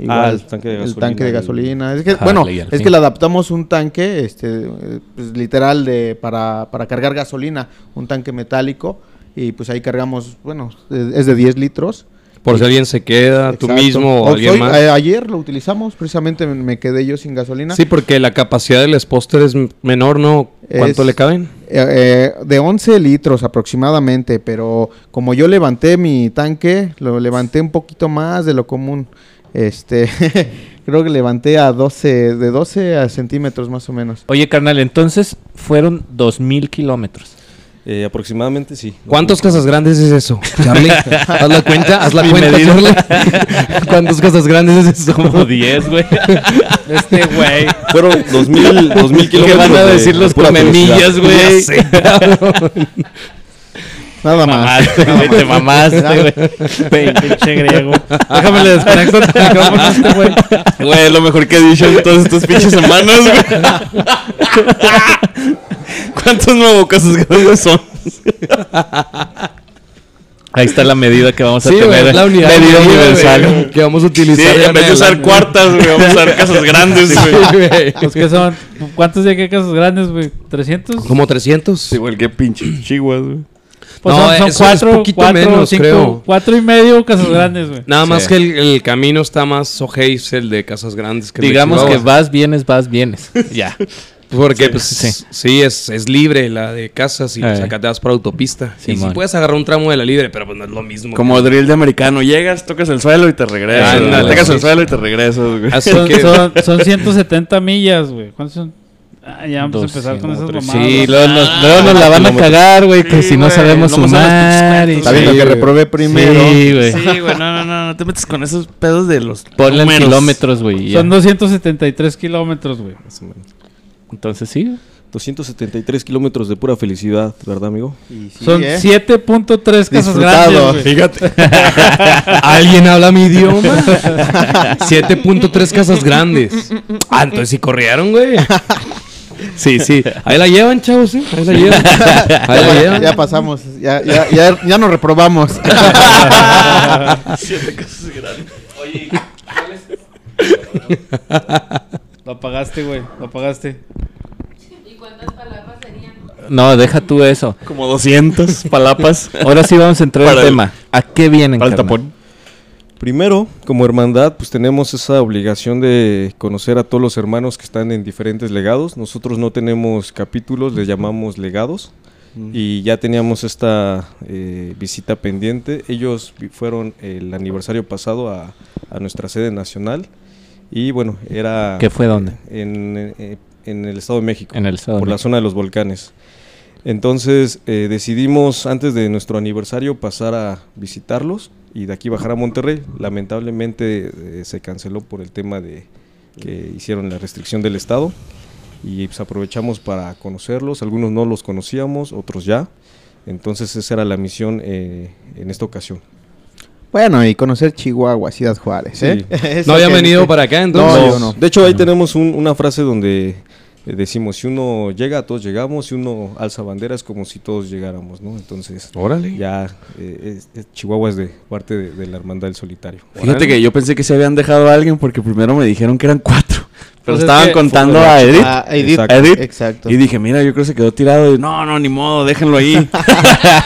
S5: Ah, el tanque de
S6: el
S5: gasolina,
S6: tanque de
S5: el-
S6: gasolina. Es
S4: Ah,
S6: que
S3: Harley
S6: bueno,
S3: al
S6: es
S3: fin.
S6: que le adaptamos un tanque este eh, pues, literal de para para cargar gasolina, un tanque metálico y pues ahí cargamos, bueno, es es de 10 litros.
S4: Por si alguien se queda, Ah, tú
S6: Exacto.
S4: mismo o
S6: Hoy-
S4: alguien
S6: hoy-
S4: más.
S6: a- ayer lo utilizamos, precisamente me- me quedé yo sin gasolina.
S4: Sí, porque la capacidad del póster es m- menor, ¿no? ¿Cuánto
S6: Es-
S4: le caben?
S6: Eh, eh, de 11 litros aproximadamente, pero como yo levanté mi tanque, lo levanté un poquito más de lo común. Este, creo que levanté a 12, de 12 a centímetros más o menos.
S3: Oye, carnal, entonces fueron 2.000 kilómetros.
S5: eh, aproximadamente, sí.
S4: ¿Cuántas casas grandes es eso? Charlie, haz la cuenta, haz la cuenta, Charlie. ¿Cuántas casas grandes es eso?
S3: Como 10, güey. Este güey.
S5: Fueron 2000, 2000 kilómetros.
S3: ¿Qué van a
S5: de-
S3: decir
S5: de
S3: los
S5: pura velocidad.
S3: comemillas, güey?
S6: Nada más.
S3: Mamaste, güey, te mamaste, güey. Pinche griego. Déjame le desconecto el micrófono a este güey.
S2: Güey, lo mejor que he dicho en todas estas pinches semanas, güey. ¿Cuántos nuevocasas grandes son?
S3: Ahí está la medida que vamos a
S4: Sí,
S3: tener.
S4: güey, es la unidad
S3: medida
S4: medida,
S3: universal.
S4: güey, que vamos a
S2: Sí,
S4: utilizar. ya
S2: en vez de usar
S4: adelante.
S2: cuartas, güey, vamos a usar casas grandes, güey.
S1: Pues que son, ¿cuántos de qué casas grandes, güey? ¿300?
S4: Como 300.
S2: Igual que pinche chihuas, güey.
S1: Pues
S4: No,
S1: son, son
S4: eso es
S1: cuatro,
S4: poquito
S1: cuatro,
S4: menos,
S1: cinco,
S4: creo.
S1: cuatro y medio casas grandes, güey.
S4: Nada más
S3: Sí.
S4: que el, el camino está más sojeis el de Casas Grandes. Que el de
S3: Digamos que
S4: Chihuahua.
S3: vas, vienes, vas, vienes. Ya.
S4: Porque pues,
S3: sí.
S4: sí, es, es libre la de Casas y pues,
S3: Eh.
S4: acá te vas por autopista. y si
S3: Simón.
S4: puedes agarrar un tramo de la libre, pero pues no es lo mismo.
S2: Como drill de americano, llegas, tocas el suelo y te regresas.
S4: Ándale,
S2: güey. tocas
S4: sí.
S2: el suelo y te regresas, güey.
S4: Así
S1: Son,
S4: que-
S1: son, son 170 millas, güey. ¿Cuántos son? Ah, ya vamos a empezar con esas mamadas.
S3: Sí,
S1: güey.
S3: luego
S2: Ah,
S3: nos, luego nos la van a cagar, güey, que
S2: Sí,
S3: si no
S2: güey,
S3: sabemos
S2: no me saben los
S3: sumar. y-
S6: Está bien, lo que reprobé primero.
S3: Sí, güey.
S2: Sí, güey, no, no, no, no te metes con esos pedos de los
S3: Ponle en
S2: números.
S3: kilómetros, güey. y ya.
S1: Son 273 kilómetros, güey.
S5: Más o menos.
S3: Entonces sí.
S5: 273 kilómetros de pura felicidad, ¿verdad, amigo?
S6: Y sí,
S1: Son
S6: eh.
S1: 7.3 casas
S6: Disfrutado.
S1: grandes, güey.
S4: ¿Alguien habla mi idioma? 7.3 casas grandes. Ah, entonces sí corrieron, güey. Sí, sí. Ahí la llevan, chavos, ¿eh? Ahí la llevan. Ahí la
S6: Ya,
S4: llevan.
S6: ya pasamos, ya, ya, ya, ya nos reprobamos.
S1: Lo apagaste, güey. Lo apagaste.
S8: ¿Y cuántas palabras serían?
S3: No, deja tú eso.
S2: Como 200 palapas.
S3: Ahora sí vamos a entrar al
S2: Para el-
S3: tema. ¿A qué vienen?
S2: Para el
S3: carnal?
S2: tapón.
S5: Primero, como hermandad, pues tenemos esa obligación de conocer a todos los hermanos que están en diferentes legados. Nosotros no tenemos capítulos, les llamamos legados. Y ya teníamos esta eh, visita pendiente. Ellos vi- fueron el aniversario pasado a, a nuestra sede nacional. Y bueno, era...
S3: ¿Qué fue dónde?
S5: En, eh, en el Estado de México.
S3: En el Estado de
S5: Por la
S3: México.
S5: zona de los volcanes. Entonces eh, decidimos antes de nuestro aniversario pasar a visitarlos y de aquí bajar a Monterrey. Lamentablemente eh, se canceló por el tema de que hicieron la restricción del estado y pues, aprovechamos para conocerlos. Algunos no los conocíamos, otros ya. Entonces esa era la misión eh, en esta ocasión.
S6: bueno, y conocer Chihuahua, Ciudad Juárez, ¿eh?
S5: Sí.
S6: Eso
S4: No habían
S6: que-
S4: venido para acá, entonces.
S6: No, yo no.
S5: De hecho ahí tenemos un- una frase donde eh, decimos si uno llega todos llegamos, si uno alza bandera es como si todos llegáramos, ¿no? Entonces
S4: Órale.
S5: Ya, eh, es- es- Chihuahua es de parte de, de la hermandad del solitario.
S2: Fíjate que yo pensé que se habían dejado a alguien porque primero me dijeron que eran cuatro. Pero
S1: Pues es
S2: estaban
S1: que-
S2: contando a Edith.
S6: Ah, Edith.
S5: Exacto.
S2: Edith.
S6: Exacto.
S2: Y dije, mira, yo creo que se quedó tirado. Y no, no, ni modo, déjenlo ahí.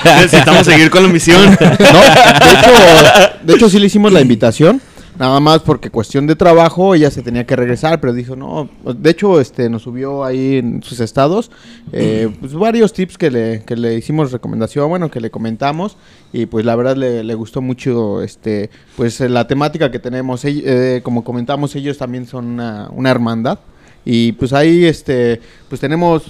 S2: Necesitamos seguir con la misión.
S6: No, de hecho, de hecho sí le hicimos la invitación. Nada más porque cuestión de trabajo ella se tenía que regresar, pero dijo, no, de hecho este nos subió ahí en sus estados eh, pues, varios tips que le, que le hicimos recomendación, bueno, que le comentamos y pues la verdad le, le gustó mucho este pues eh, la temática que tenemos, Ell- eh, como comentamos ellos también son una, una hermandad y pues ahí este pues tenemos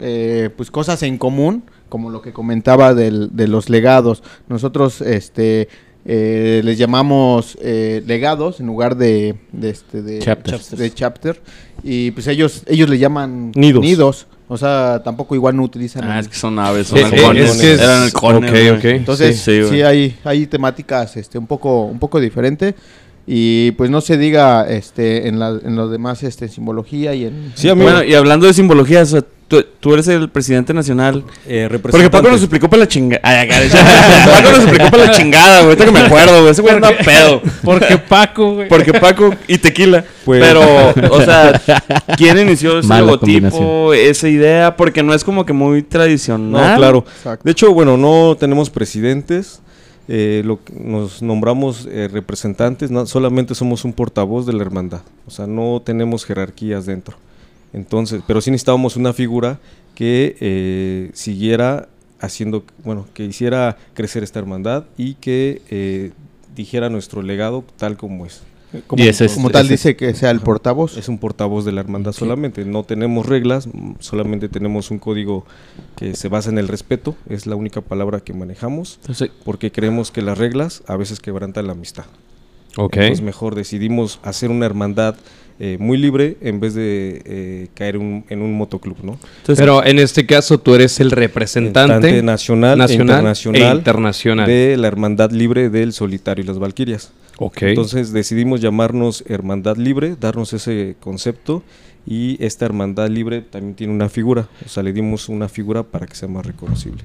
S6: eh, pues cosas en común como lo que comentaba del- de los legados nosotros este eh, les llamamos eh, legados en lugar de de, este, de-
S3: Chapters.
S6: de chapter y pues ellos ellos le llaman
S5: Nidos.
S6: o sea tampoco igual no utilizan
S2: Ah,
S6: el-
S2: es que son aves, son
S4: Eh, eh,
S2: halcones.
S4: es que es-
S2: Eran halcones. güey.
S4: Ok, ok.
S6: Entonces,
S2: Sí, sí,
S6: sí,
S2: güey.
S6: hay, hay temáticas este, un poco, un poco diferente. Y pues no se diga este, en, la, en los demás este, simbología y en...
S5: Sí, amigo.
S2: Bueno, y hablando de simbología, o sea, tú, tú eres el presidente nacional.
S5: Eh,
S2: Porque Paco nos explicó para la chingada. Paco nos explicó para la chingada, güey. Ahorita que me acuerdo, güey. Ese güey anda pedo.
S1: Porque Paco, güey.
S2: Porque Paco y tequila.
S5: Pues-
S2: Pero, o sea, ¿quién inició ese
S3: Mala
S2: logotipo,
S3: combinación.
S2: esa idea? Porque no es como que muy
S5: No,
S2: tradicional.
S5: claro.
S6: Exacto.
S5: De hecho, bueno, no tenemos presidentes. eh, lo, que- nos nombramos eh, representantes, no- solamente somos un portavoz de la hermandad. O sea, no tenemos jerarquías dentro. Entonces, pero sí necesitábamos una figura que eh, siguiera haciendo, bueno, que hiciera crecer esta hermandad y que eh, dijera nuestro legado tal como es.
S6: Como,
S3: Y ese es-
S6: como tal
S3: ese es-
S6: dice que sea el portavoz.
S5: Es un portavoz de la hermandad solamente. No tenemos reglas, mm, solamente tenemos un código que se basa en el respeto. Es la única palabra que manejamos
S2: Entonces,
S5: porque creemos que las reglas a veces quebrantan la amistad.
S4: Ok.
S5: Entonces mejor decidimos hacer una hermandad eh, muy libre en vez de eh, caer un- en un motoclub, ¿no?
S2: entonces-
S4: Pero en este caso tú eres el representante
S5: Representante nacional, e
S4: nacional
S5: internacional,
S4: e internacional.
S5: de la hermandad libre del solitario y las valquirias.
S4: Ok.
S5: Entonces decidimos llamarnos Hermandad Libre, darnos ese concepto y esta Hermandad Libre también tiene una figura, o sea, le dimos una figura para que sea más reconocible.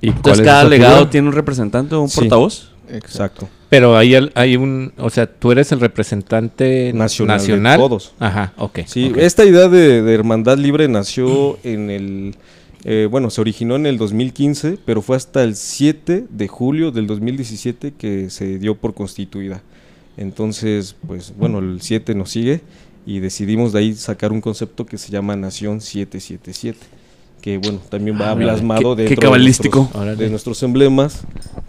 S4: ¿Y cuál
S2: entonces
S4: es
S2: cada
S4: esa
S2: legado
S4: figura?
S2: tiene un representante o un
S5: Sí.
S2: portavoz.
S5: Exacto.
S3: Pero ahí el- hay un, o sea, tú eres el representante nacional.
S5: Nacional de todos.
S3: Ajá, ok.
S5: Sí,
S3: ok.
S5: esta idea de, de Hermandad Libre nació en el, eh, bueno, se originó en el 2015, pero fue hasta el 7 de julio del 2017 que se dio por constituida. Entonces, pues bueno, el 7 nos sigue y decidimos de ahí sacar un concepto que se llama Nación 777, que bueno, también va
S2: Ah, mira,
S5: plasmado
S2: qué- qué
S5: dentro
S2: cabalístico.
S5: de, nuestros, de nuestros emblemas,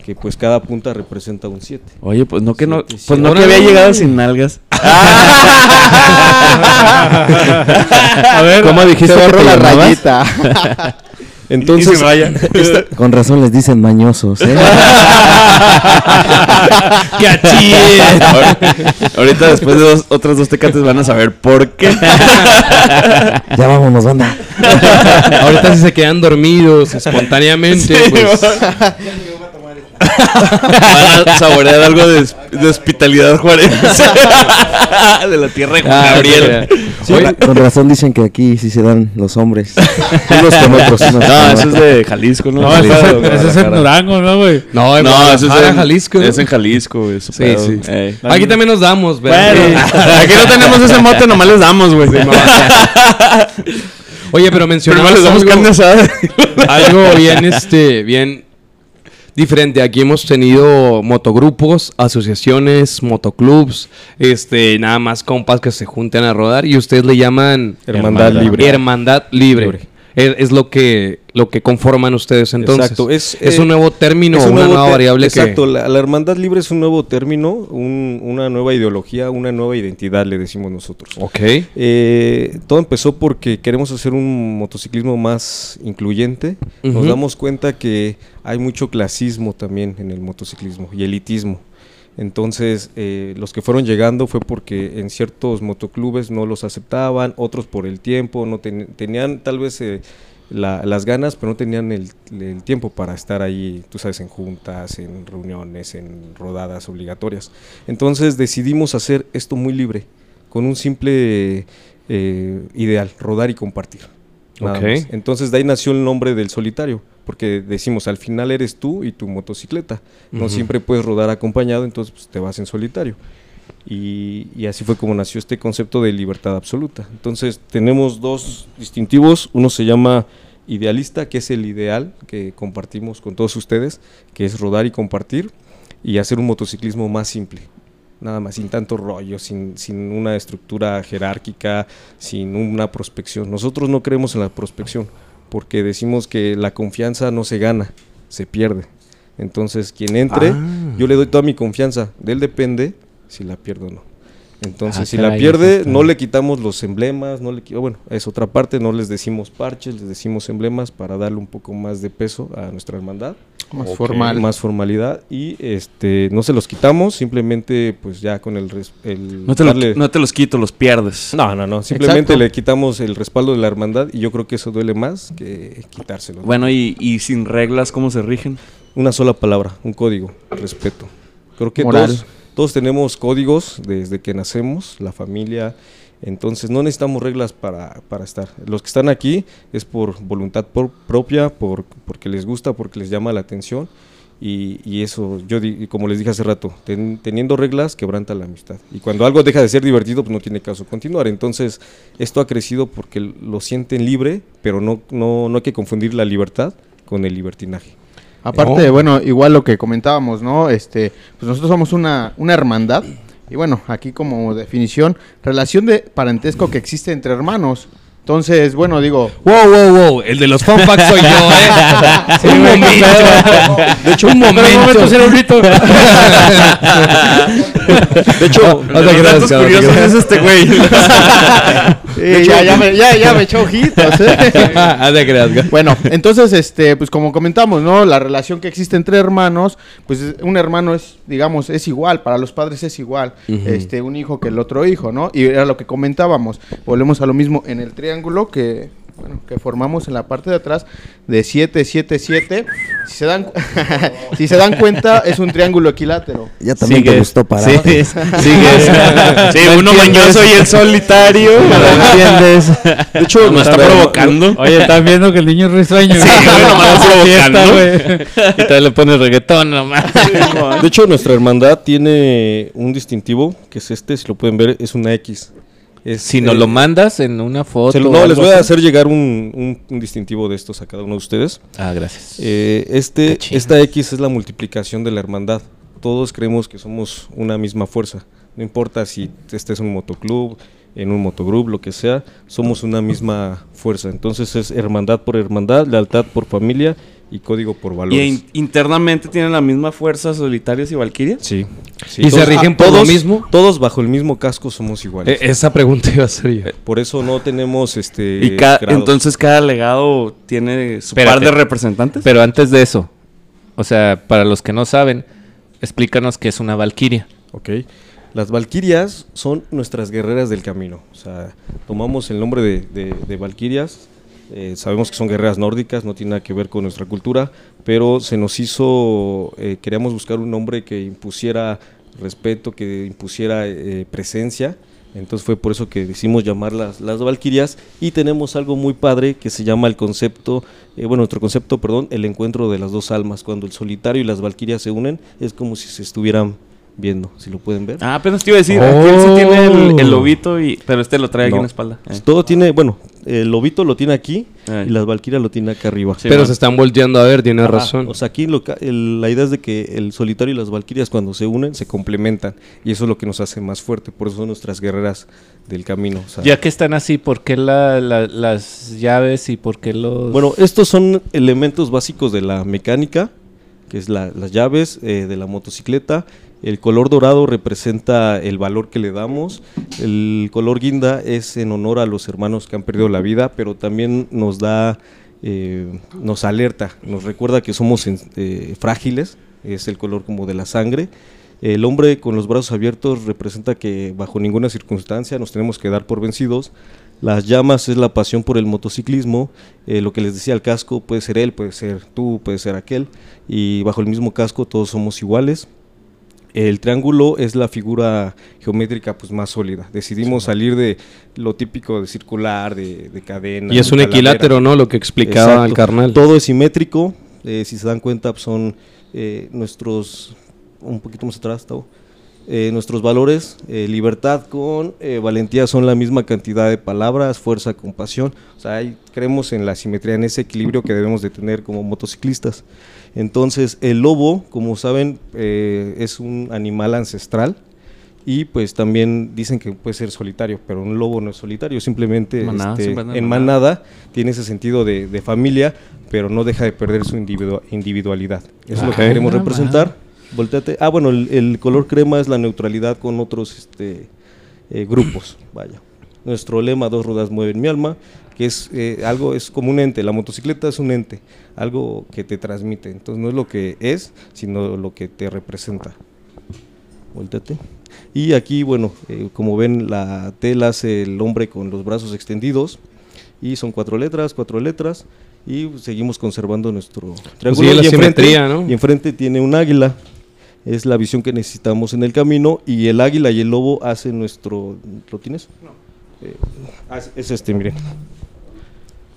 S5: que pues cada punta representa un 7.
S2: Oye, pues no que no,
S5: Sí, sí.
S2: pues no que
S5: Órale.
S2: había llegado sin nalgas.
S1: A ver,
S3: ¿Cómo dijiste
S6: Se
S3: que
S6: borró
S3: te
S6: la
S3: llamabas?
S6: rayita.
S5: Entonces, esta-
S7: Con razón les dicen mañosos, ¿eh?
S3: ¡Qué achí!
S2: Ahorita después de dos, otras dos tecates van a saber por qué.
S7: ya vámonos, banda.
S4: Ahorita si se quedan dormidos espontáneamente, pues,
S2: Van a saborear algo de, hosp- de hospitalidad Juárez. de la tierra de Juan
S4: Ah,
S2: Gabriel.
S4: sí, Oye,
S7: Con razón dicen que aquí sí se dan los hombres. Unos con otros. unos
S2: Pues,
S7: con
S2: No,
S7: otros.
S2: eso es de Jalisco, ¿no?
S1: No, ese es en- ese es en Durango, ¿no, güey?
S4: No, en
S2: No, eso es
S4: Guadalajara,
S2: en
S4: Jalisco.
S2: Es en Jalisco, güey. Sí,
S4: sí.
S2: sí.
S4: Aquí también nos damos, ¿verdad?
S2: Aquí no tenemos ese mote, nomás les damos, güey.
S4: Oye, pero mencionamos
S2: Primero les damos carne asada. Ah,
S4: algo bien, este, bien diferente. Aquí hemos tenido motogrupos, asociaciones, motoclubs, este, nada más compas que se juntan a rodar y ustedes le llaman
S5: Hermandad Libre.
S4: hermandad libre.
S5: Libre.
S4: Es, es lo que lo que conforman ustedes entonces.
S5: Exacto, es, eh,
S4: un nuevo término,
S5: Es un
S4: una
S5: nuevo
S4: nueva
S5: te-
S4: variable que
S5: Exacto, la, la hermandad libre es un nuevo término, un- una nueva ideología, una nueva identidad, le decimos nosotros.
S4: Ok.
S5: Eh, todo empezó porque queremos hacer un motociclismo más incluyente. Nos
S4: Ujú.
S5: damos cuenta que hay mucho clasismo también en el motociclismo y elitismo. Entonces, eh, los que fueron llegando fue porque en ciertos motoclubes no los aceptaban, otros por el tiempo, no ten- tenían tal vez eh, la- las ganas, pero no tenían el, el tiempo para estar ahí, tú sabes, en juntas, en reuniones, en rodadas obligatorias. Entonces decidimos hacer esto muy libre, con un simple eh, ideal, rodar y compartir. nada
S4: Ok.
S5: más. Entonces de ahí nació el nombre del solitario, porque decimos, al final eres tú y tu motocicleta. No
S4: Ujú.
S5: siempre puedes rodar acompañado, entonces pues, te vas en solitario. Y, y así fue como nació este concepto de libertad absoluta. Entonces tenemos dos distintivos, uno se llama idealista, que es el ideal que compartimos con todos ustedes, que es rodar y compartir y hacer un motociclismo más simple. Nada más, sin tanto rollo, sin, sin una estructura jerárquica, sin una prospección. Nosotros no creemos en la prospección porque decimos que la confianza no se gana, se pierde. Entonces, quien entre,
S3: Ah.
S5: yo le doy toda mi confianza. De él depende si la pierdo o no. Entonces,
S3: Ah,
S5: si la
S3: caray,
S5: pierde,
S3: eso está-
S5: no le quitamos los emblemas, no le qui- bueno, es otra parte, no les decimos parches, les decimos emblemas para darle un poco más de peso a nuestra hermandad,
S6: Más formal.
S5: más formalidad y este no se los quitamos, simplemente pues ya con el, res- el
S2: No te, lo-
S5: darle-
S2: no te los quito, los pierdes.
S5: no, no, no, simplemente
S6: Exacto.
S5: le quitamos el respaldo de la hermandad y yo creo que eso duele más que quitárselo.
S2: Bueno, y, y sin reglas, ¿cómo se rigen?
S5: Una sola palabra, un código, respeto. Creo que
S6: Moral.
S5: todos, todos tenemos códigos desde que nacemos, la familia, entonces no necesitamos reglas para, para estar. Los que están aquí es por voluntad por- propia, por, porque les gusta, porque les llama la atención. Y, y eso, yo di- y como les dije hace rato, ten- teniendo reglas quebranta la amistad. Y cuando algo deja de ser divertido, pues no tiene caso continuar. Entonces, esto ha crecido porque lo sienten libre, pero no, no, no hay que confundir la libertad con el libertinaje.
S6: Aparte, bueno, igual lo que comentábamos, ¿no? Este, pues nosotros somos una, una hermandad. Y bueno, aquí como definición, relación de parentesco que existe entre hermanos. Entonces, bueno, digo,
S4: Wow, wow, wow. El de los fun facts soy yo, ¿eh? un momento. De hecho, un momento.
S2: De hecho,
S4: sea,
S2: los
S4: que
S2: datos
S4: gracias, cabrón,
S2: curiosos
S4: que
S2: es este güey.
S6: eh, ya, ya me, ya, ya me echó ojitos, ¿eh?
S4: Ah, te creas, güey.
S6: Bueno, entonces, este, pues como comentamos, ¿no? La relación que existe entre hermanos, pues es- un hermano es, digamos, es igual, para los padres es igual, este, un hijo que el otro hijo, ¿no? Y era lo que comentábamos, volvemos a lo mismo en el triángulo que, bueno, que formamos en la parte de atrás de 7, 7, 7. Si se dan, cu- si se dan cuenta, es un triángulo equilátero.
S7: Ya también te gustó parar.
S3: Sí, es- sigues. Sí, uno mañoso y el solitario.
S7: entiendes?
S2: De hecho, nos está provocando.
S1: Oye, están viendo que el niño es risueño.
S3: Sí, güey, nomás
S1: Hace fiesta,
S3: provocando.
S1: güey.
S3: Y todavía le pones reggaetón nomás.
S5: De hecho, nuestra hermandad tiene un distintivo, que es este, si lo pueden ver, es una X. Es,
S3: Si nos
S5: eh,
S3: lo mandas en una foto.
S5: se lo-
S3: o
S5: no,
S3: algo
S5: les voy a
S3: así.
S5: hacer llegar un, un- un distintivo de estos a cada uno de ustedes.
S3: Ah, gracias.
S5: Eh, este,
S3: Qué chido.
S5: esta X es la multiplicación de la hermandad. Todos creemos que somos una misma fuerza. No importa si estés en un motoclub, en un motogroup, lo que sea, somos una misma fuerza. Entonces es hermandad por hermandad, lealtad por familia y código por
S2: Y
S5: valores.
S2: in- internamente tienen la misma fuerza solitarios y valquirias.
S5: Sí. sí.
S4: ¿Y se
S5: Todos-
S4: rigen
S5: ah,
S4: por lo
S5: todos-
S4: mismo?
S5: Todos bajo el mismo casco somos iguales.
S4: Eh, Esa pregunta iba a ser yo.
S5: Por eso no tenemos este.
S2: Y ca-
S5: grados.
S2: entonces cada legado tiene su
S3: Espérate.
S2: par de representantes.
S3: Pero antes de eso, o sea, para los que no saben, explícanos qué es una valquiria.
S5: Ok. Las valquirias son nuestras guerreras del camino. O sea, tomamos el nombre de, de, de valquirias. eh, sabemos que son guerreras nórdicas, no tiene nada que ver con nuestra cultura, pero se nos hizo, eh, queríamos buscar un nombre que impusiera respeto, que impusiera eh, presencia, entonces fue por eso que decimos llamarlas las valquirias y tenemos algo muy padre que se llama el concepto, eh, bueno, nuestro concepto, perdón, el encuentro de las dos almas, cuando el solitario y las valquirias se unen, es como si se estuvieran viendo, si lo pueden ver.
S2: Ah, apenas te iba a decir. Aquí él sí tiene el, el lobito, y, pero este lo trae aquí
S5: No. Pues
S2: en la espalda. Eh.
S5: Todo tiene, bueno, el lobito lo tiene aquí
S2: Eh.
S5: y las valquirias lo tiene acá arriba.
S2: Sí,
S4: Pero
S2: man.
S4: se están volteando a ver, tienes
S5: Ajá,
S4: razón.
S5: O sea, aquí lo ca- el- la idea es de que el solitario y las valquirias cuando se unen se complementan y eso es lo que nos hace más fuerte, por eso son nuestras guerreras del camino. o sea.
S3: Ya que están así, ¿por qué la- la- las llaves y por qué los...?
S5: Bueno, estos son elementos básicos de la mecánica, que es la- las llaves eh, de la motocicleta. El color dorado representa el valor que le damos. El color guinda es en honor a los hermanos que han perdido la vida, pero también nos da, eh, nos alerta, nos recuerda que somos en- eh, frágiles. Es el color como de la sangre. El hombre con los brazos abiertos representa que bajo ninguna circunstancia nos tenemos que dar por vencidos. Las llamas es la pasión por el motociclismo. eh, lo que les decía el casco puede ser él, puede ser tú, puede ser aquel. Y bajo el mismo casco todos somos iguales. El triángulo es la figura geométrica pues más sólida. Decidimos salir de lo típico de circular, de, de cadena.
S4: Y es
S5: de
S4: un
S5: calavera.
S4: equilátero, ¿no? Lo que explicaba
S5: Exacto.
S4: el carnal.
S5: Todo es simétrico. eh, si se dan cuenta, pues, son eh, nuestros. Un poquito más atrás, Tavo. Eh, nuestros valores, eh, libertad con eh, valentía son la misma cantidad de palabras, fuerza, compasión. O sea, ahí creemos en la simetría, en ese equilibrio que debemos de tener como motociclistas. Entonces, el lobo, como saben, eh, es un animal ancestral Y pues también dicen que puede ser solitario, pero un lobo no es solitario, simplemente
S2: Manada,
S5: este,
S2: siempre anda en
S5: en manada.
S2: manada.
S5: tiene ese sentido de, de familia, pero no deja de perder su individua- individualidad. Eso es lo que
S2: Ok.
S5: queremos
S1: Ah,
S5: representar. Volteate. Ah, bueno, el, el color crema es la neutralidad con otros este, eh, grupos. Vaya. Nuestro lema, dos ruedas mueven mi alma, que es eh, algo, es como un ente. La motocicleta es un ente, algo que te transmite. Entonces no es lo que es, sino lo que te representa. Volteate. Y aquí, bueno, eh, como ven, la T la hace el hombre con los brazos extendidos. Y son cuatro letras, cuatro letras. Y seguimos conservando nuestro triángulo.
S4: sigue Pues la
S5: y enfrente-
S4: simetría, ¿no?
S5: Y enfrente tiene un águila. Es la visión que necesitamos en el camino. Y el águila y el lobo hacen nuestro. ¿Lo tienes? No. es este, miren.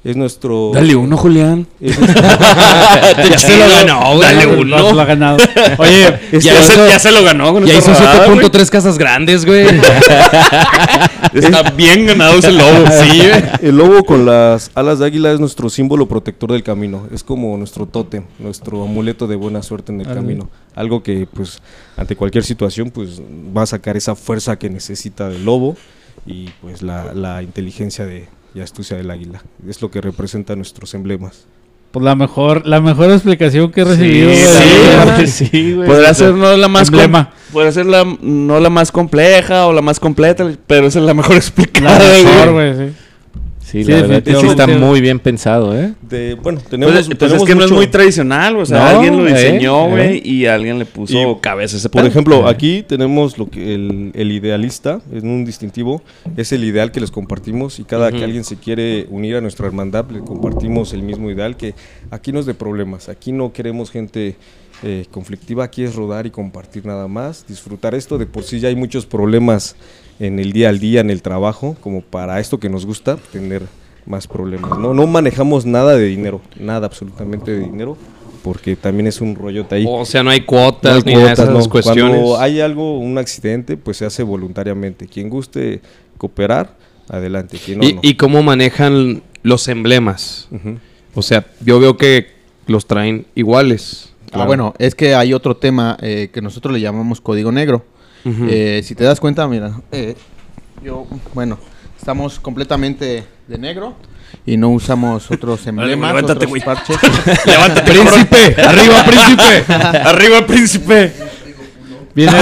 S5: Es nuestro.
S2: Dale uno, Julián.
S5: es-
S3: ya se lo ganó, güey. Dale
S1: Lo-
S3: uno.
S1: lo ha ganado.
S3: Oye,
S2: Ya,
S3: ya,
S2: se,
S3: hizo-
S2: ya se lo ganó con
S4: Ya
S2: esta
S4: hizo
S2: rodada, güey.
S4: 7.3 casas grandes, güey.
S2: Está bien ganado ese
S5: Oh,
S2: lobo. Sí, güey.
S5: El lobo con las alas de águila es nuestro símbolo protector del camino. Es como nuestro tótem, nuestro amuleto de buena suerte en el
S1: Órale.
S5: camino. Algo que, pues, ante cualquier situación, pues, va a sacar esa fuerza que necesita del lobo y, pues, la, la inteligencia de, y astucia del águila. Es lo que representa nuestros emblemas.
S1: Pues la mejor, la mejor explicación que he recibido.
S2: Sí,
S1: güey.
S2: claro que
S3: sí, güey.
S2: Podrá ser no la más com-
S1: Emblema.
S2: podrá ser la no la más compleja o la más completa, pero esa es la mejor
S1: La
S2: explicada,
S1: mejor,
S2: güey.
S1: güey, sí. Sí,
S3: Sí, la verdad, sí está
S1: definitivamente.
S3: muy bien pensado, ¿eh?
S5: De, bueno, tenemos,
S2: Pues, es- pues
S5: tenemos
S2: es que no es
S5: mucho-
S2: muy tradicional, o sea,
S3: No,
S2: alguien lo
S3: eh,
S2: diseñó,
S3: eh.
S2: güey, y alguien le puso
S5: Y,
S2: cabeza a ese
S5: Por
S2: pedo.
S5: ejemplo, aquí tenemos lo que el, el idealista, es un distintivo, es el ideal que les compartimos y cada que alguien se quiere unir a nuestra hermandad, le compartimos el mismo ideal que aquí no es de problemas, aquí no queremos gente eh, conflictiva, aquí es rodar y compartir nada más, disfrutar esto, de por sí ya hay muchos problemas en el día al día, en el trabajo, como para esto que nos gusta, tener más problemas. No, no manejamos nada de dinero, nada absolutamente de dinero, porque también es un rollote ahí.
S4: o sea, no hay
S5: No
S4: cuotas
S5: hay
S4: ni
S5: cuotas,
S4: nada de esas
S5: no.
S4: cuestiones.
S5: Cuando hay algo, un accidente, pues se hace voluntariamente. Quien guste cooperar, adelante. Quien no,
S4: y,
S5: no.
S4: y cómo manejan los emblemas.
S5: Ujú.
S4: O sea, yo veo que los traen iguales.
S6: Ah, bueno, es que hay otro tema eh, que nosotros le llamamos código negro.
S4: Ujú.
S6: Eh, si te das cuenta, mira, eh, yo, bueno, estamos completamente de negro y no usamos otros emblemas,
S2: levántate,
S6: otros
S2: güey.
S6: parches.
S2: Levántate, príncipe. Arriba, príncipe. Arriba, príncipe.
S1: Viene,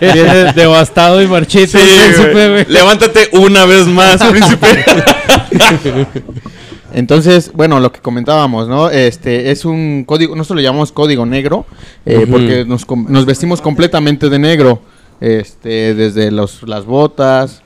S1: viene devastado y marchito.
S2: Sí,
S1: el príncipe,
S2: güey.
S1: güey.
S2: Levántate una vez más, príncipe.
S6: Entonces, bueno, lo que comentábamos, ¿no? Este es un código, nosotros le llamamos código negro, eh, porque nos, com- nos vestimos completamente de negro, este, desde los, las botas,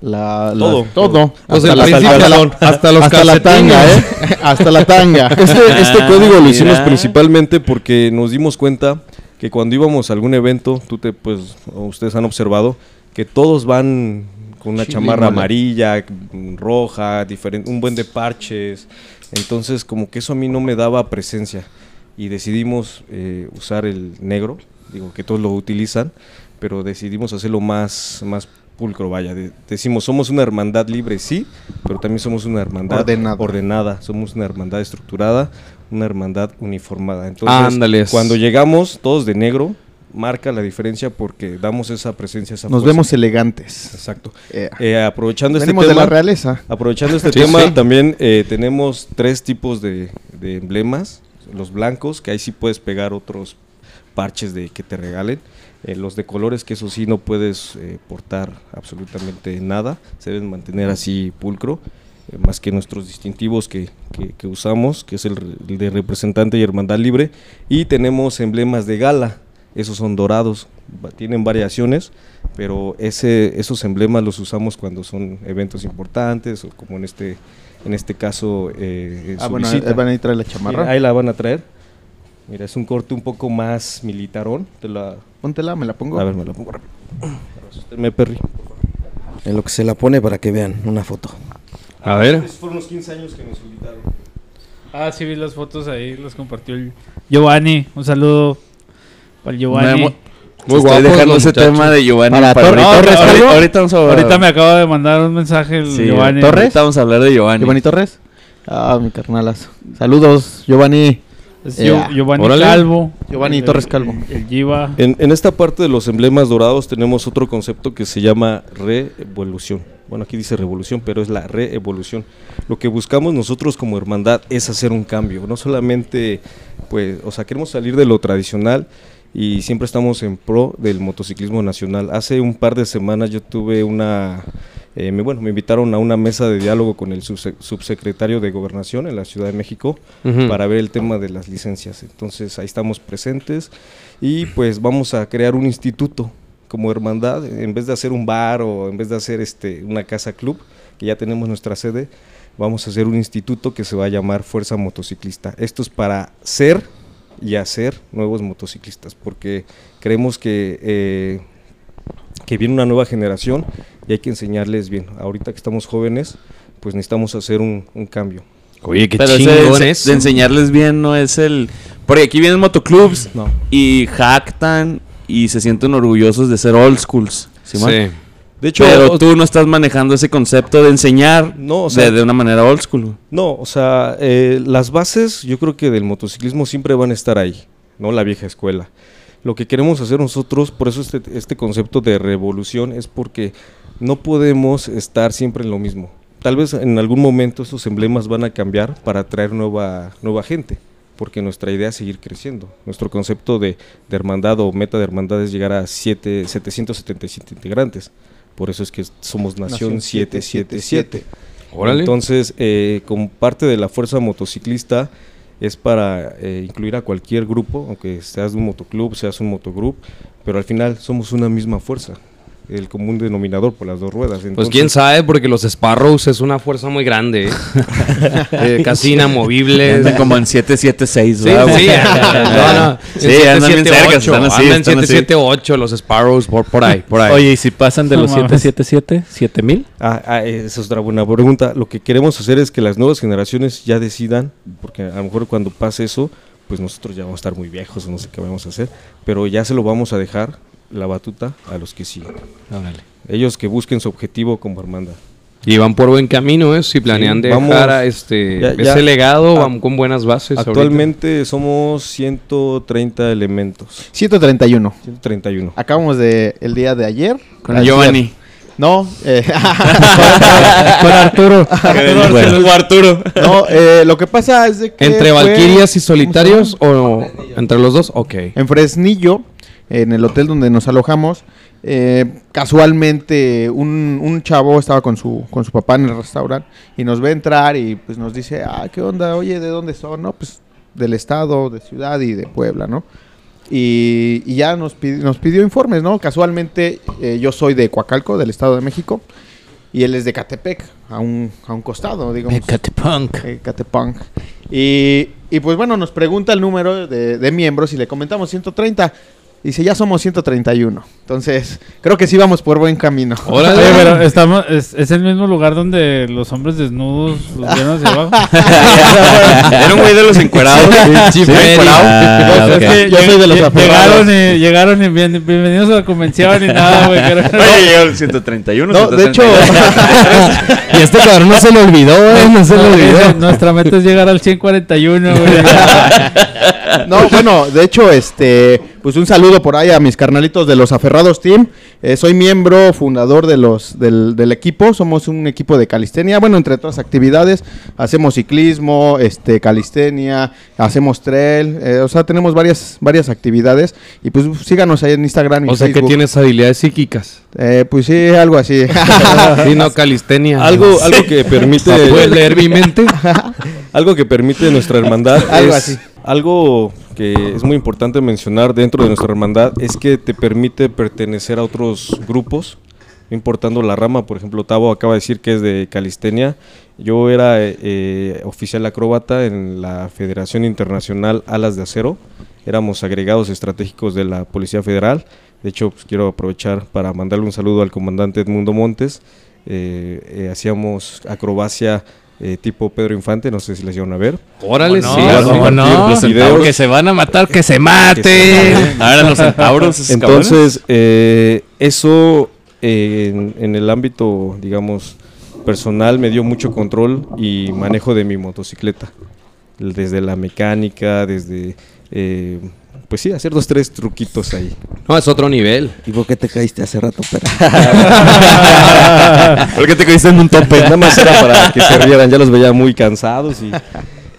S6: la, todo, todo,
S4: Pues el
S6: hasta, la-
S4: príncipe
S6: hasta la-
S4: Adón.
S6: hasta los hasta la tanga, ¿eh? hasta la tanga.
S5: Este, este código lo hicimos
S6: Ah.
S2: mira.
S5: principalmente porque nos dimos cuenta que cuando íbamos a algún evento, tú te, pues, o ustedes han observado que todos van con una chamarra amarilla, mm, roja, diferente, un buen de parches. Entonces, como que eso a mí no me daba presencia y decidimos eh, usar el negro, digo que todos lo utilizan, pero decidimos hacerlo más, más pulcro, vaya. De- decimos, somos una hermandad libre, sí, pero también somos una hermandad
S6: Ordenada.
S5: ordenada, somos una hermandad estructurada, una hermandad uniformada.
S4: Ándale.
S5: Entonces, cuando llegamos todos de negro, marca la diferencia porque damos esa presencia, esa
S6: Nos
S5: fuerza.
S6: vemos elegantes.
S5: Exacto.
S6: Eh,
S5: Pues Eh, aprovechando este
S6: venimos de
S5: tema,
S6: la realeza.
S5: Aprovechando este
S4: Sí,
S5: tema,
S4: sí.
S5: también eh, tenemos tres tipos de, de emblemas. Los blancos, que ahí sí puedes pegar otros parches de que te regalen. Eh, los de colores, que eso sí no puedes eh, portar absolutamente nada. Se deben mantener así pulcro. eh, más que nuestros distintivos que, que- que usamos, que es el, re- el de representante y hermandad libre. Y tenemos emblemas de gala. Esos son dorados, va- tienen variaciones, pero ese, esos emblemas los usamos cuando son eventos importantes o como en este, en este caso eh, en
S6: Ah,
S5: su
S6: bueno,
S5: visita.
S6: ahí van a ir traer la
S5: Mira,
S6: chamarra.
S5: ahí la van a traer. Mira, es un corte un poco más militarón. Te la-
S6: Póntela, me la pongo.
S5: A ver, me la pongo rápido. Asústeme, Perry.
S7: En lo que se la pone para que vean una foto.
S4: A ver.
S5: Fueron unos 15 años que nos invitaron.
S1: Ah, sí, vi las fotos ahí. Las compartió el Giovanni. Un saludo para el Giovanni.
S2: Me-
S4: Muy
S2: Estoy
S4: guapos
S2: dejando
S4: los
S2: ese
S4: muchachos.
S2: tema de Giovanni
S6: Para Tor-
S2: ahorita.
S1: Torres,
S2: Ahorita-
S1: ¿algo?
S2: ahorita vamos a
S1: Ahorita me acaba de mandar un mensaje el
S2: Sí,
S1: Giovanni.
S2: Ahorita vamos a hablar de Giovanni.
S6: Giovanni Torres. Ah, mi carnalas. Saludos, Giovanni.
S1: Es
S6: Ya.
S1: Gio- Giovanni
S4: Órale.
S1: Calvo.
S6: Giovanni
S1: el-
S6: Torres Calvo.
S1: El, el Giva.
S5: En, en esta parte de los emblemas dorados tenemos otro concepto que se llama revolución. Bueno, aquí dice revolución, pero es la reevolución. Lo que buscamos nosotros como hermandad es hacer un cambio, no solamente, pues, o sea, queremos salir de lo tradicional y siempre estamos en pro del motociclismo nacional. Hace un par de semanas yo tuve una, eh, me- bueno, me invitaron a una mesa de diálogo con el subse- subsecretario de Gobernación en la Ciudad de México
S4: Ujú.
S5: para ver el tema de las licencias. Entonces ahí estamos presentes y pues vamos a crear un instituto como hermandad, en vez de hacer un bar o en vez de hacer este una casa club, que ya tenemos nuestra sede, vamos a hacer un instituto que se va a llamar Fuerza Motociclista. Esto es para ser y hacer nuevos motociclistas, porque creemos que eh, que viene una nueva generación y hay que enseñarles bien. Ahorita que estamos jóvenes, pues necesitamos hacer un, un cambio.
S4: Oye, qué
S2: Pero ese de,
S4: chingón
S2: ense-
S4: eso.
S2: de enseñarles bien no es el... Porque aquí vienen motoclubs
S5: No.
S2: y jactan y se sienten orgullosos de ser old schools. Simón?
S4: Sí.
S5: De hecho,
S2: Pero
S5: o-
S2: tú no estás manejando ese concepto de enseñar
S5: No, o sea-
S2: de, de una manera old school.
S5: No, o sea, eh, las bases yo creo que del motociclismo siempre van a estar ahí, ¿no? La vieja escuela. Lo que queremos hacer nosotros, por eso este, este concepto de revolución, es porque no podemos estar siempre en lo mismo. Tal vez en algún momento esos emblemas van a cambiar para atraer nueva, nueva gente, porque nuestra idea es seguir creciendo. Nuestro concepto de, de hermandad o meta de hermandad es llegar a siete- 777 integrantes. Por eso es que somos Nación
S6: Nación
S5: 777.
S4: Órale.
S5: Entonces, eh, como parte de la fuerza motociclista, es para eh, incluir a cualquier grupo, aunque seas de un motoclub, seas un motogroup, pero al final somos una misma fuerza, el común denominador por las dos ruedas.
S4: Pues
S5: Entonces,
S4: quién sabe, porque los Sparrows es una fuerza muy grande. ¿eh? Eh, casi inamovible.
S2: Andan como en 776,
S4: Sí,
S2: ¿verdad, güey?
S4: sí, no, no.
S2: Sí,
S4: en
S2: andan bien cerca,
S4: 778,
S2: están así,
S4: andan
S2: están así.
S4: 778 los Sparrows por, por ahí, por ahí.
S3: Oye, ¿y si pasan de
S1: No
S3: los
S1: mames.
S3: 777, 7000?
S5: Ah, ah, esa es otra buena pregunta. Lo que queremos hacer es que las nuevas generaciones ya decidan, porque a lo mejor cuando pase eso, pues nosotros ya vamos a estar muy viejos o no sé qué vamos a hacer, pero ya se lo vamos a dejar la batuta a los que siguen.
S4: Órale.
S5: Ellos que busquen su objetivo como hermandad.
S4: Y van por buen camino, ¿eh? Si planean
S5: Sí,
S4: dejar
S5: vamos.
S4: a este,
S5: Ya- ya.
S4: ese legado,
S5: Ah.
S4: van con buenas bases. ahorita.
S5: Actualmente somos 130 elementos.
S6: 131.
S5: 131.
S6: Acabamos de el día de ayer.
S2: Con
S6: Ayer.
S2: Giovanni.
S6: No, eh,
S1: Con Arturo.
S2: Bueno, Arturo.
S6: no eh, lo que pasa es de que
S4: ¿Entre
S6: fue-
S4: Valquirias y Solitarios o entre los dos? Ok.
S6: En Fresnillo, en el hotel donde nos alojamos, eh, casualmente un, un chavo estaba con su, con su papá en el restaurante y nos ve entrar y pues nos dice, ah, ¿qué onda? Oye, ¿de dónde son? No, pues del estado, de ciudad y de Puebla, ¿no? Y, y ya nos, pid- nos pidió informes, ¿no? Casualmente eh, yo soy de Coacalco, del estado de México, y él es de Catepec, a un, a un costado, digamos.
S3: Punk.
S6: Eh, Catepunk. Y, y pues bueno, nos pregunta el número de, de miembros y le comentamos 130. Dice, ya somos 131. Entonces, creo que sí vamos por buen camino.
S1: Oye, pero estamos, es, es el mismo lugar donde los hombres desnudos los vieron hacia abajo.
S2: Ah, Era un güey de los encuerados.
S4: Sí, Freddy.
S2: Ah,
S1: Pues Es
S2: ok.
S1: que
S6: Yo
S1: lleg-
S6: soy de los
S1: lleg-
S6: aferrados.
S1: Llegaron y, llegaron y bien- bienvenidos a la convención ni nada, güey. que era-
S2: Oye, llegó el 131,
S6: No, de hecho,
S2: 132.
S3: Y este cabrón no se lo olvidó, ¿eh? No se lo
S1: No, dice,
S3: olvidó.
S1: Nuestra meta es llegar al 141, güey.
S6: no, bueno, de hecho, este, pues un saludo por ahí a mis carnalitos de los Aferrados Team. Eh, soy miembro fundador de los, del, del equipo. Somos un equipo de calistenia. Bueno, entre otras actividades, hacemos ciclismo, este, calistenia, hacemos trail. eh, o sea, tenemos varias, varias actividades. Y pues síganos ahí en Instagram y
S4: O sea que
S6: Facebook.
S4: tienes habilidades psíquicas.
S6: Eh, pues sí, algo así.
S4: Sí, no, calistenia.
S5: Algo, algo que
S4: Ah, ¿Puedes
S5: permite
S4: leer mi mente?
S5: algo que permite nuestra hermandad
S6: Algo
S5: es
S6: así.
S5: algo que es muy importante mencionar dentro de nuestra hermandad es que te permite pertenecer a otros grupos, no importando la rama. Por ejemplo, Tavo acaba de decir que es de calistenia. Yo era eh, eh, oficial acróbata en la Federación Internacional Alas de Acero. Éramos agregados estratégicos de la Policía Federal. De hecho, pues, quiero aprovechar para mandarle un saludo al comandante Edmundo Montes. Eh, eh, hacíamos acrobacia eh, tipo Pedro Infante, no sé si les llegaron a ver.
S4: Órale,
S3: No,
S4: sí.
S5: Claro,
S3: ¿cómo
S5: sí,
S3: no?
S5: los centauros.
S3: Que se van a matar, que se maten.
S2: Ahora Ah, los centauros. esos
S5: Entonces, eh, eso eh, en, en el ámbito, digamos, personal me dio mucho control y manejo de mi motocicleta. desde la mecánica, desde, eh, pues sí, hacer dos, tres truquitos ahí.
S4: No, es otro nivel.
S7: ¿Y por qué te caíste hace rato, pera?
S5: ¿Por qué te caíste en un tope? Pues Nada más era para que se rieran, ya los veía muy cansados y...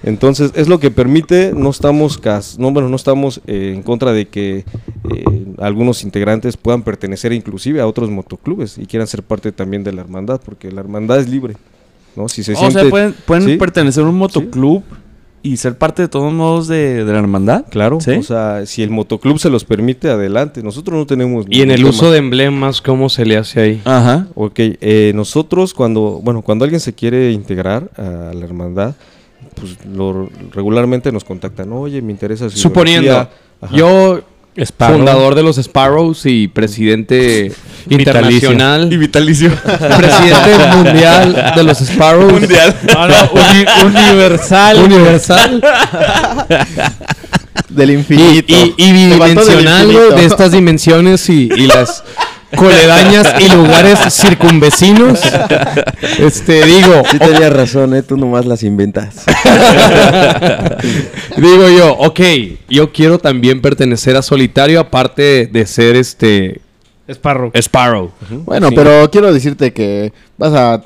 S5: Entonces, es lo que permite, no estamos, cas- no, bueno, no estamos eh, en contra de que eh, algunos integrantes puedan pertenecer inclusive a otros motoclubes y quieran ser parte también de la hermandad, porque la hermandad es libre, ¿no? Si se
S2: o
S5: siente...
S2: sea, pueden, pueden
S5: ¿sí?
S2: pertenecer a un motoclub y ser parte de todos modos de, de la hermandad.
S5: Claro,
S2: ¿Sí?
S5: o sea, si el motoclub se los permite, adelante. Nosotros no tenemos...
S4: Y en el
S5: ningún
S4: uso
S5: tema.
S4: de emblemas, ¿cómo se le hace ahí?
S2: Ajá.
S5: Ok, eh, nosotros cuando, bueno, cuando alguien se quiere integrar a la hermandad, pues lo, regularmente nos contactan, oye, me interesa... su
S4: Suponiendo,
S5: biografía". Ajá.
S4: yo, fundador de los Sparrows y presidente internacional,
S2: Y vitalicio.
S4: presidente mundial de los Sparrows,
S1: No, no, uni- universal.
S4: universal
S6: Del
S4: y,
S6: infinito.
S4: y, y
S6: Te faltó del
S4: bidimensional güey,
S6: infinito.
S4: de estas dimensiones y, y las coledañas y lugares circunvecinos. Este,
S2: Oh,
S4: digo,
S7: Sí tenías razón, ¿eh? Tú nomás las inventas.
S4: Digo yo, ok, yo quiero también pertenecer a Solitario, aparte de ser este
S1: Esparro.
S4: Sparrow.
S6: Bueno, pero quiero decirte que vas a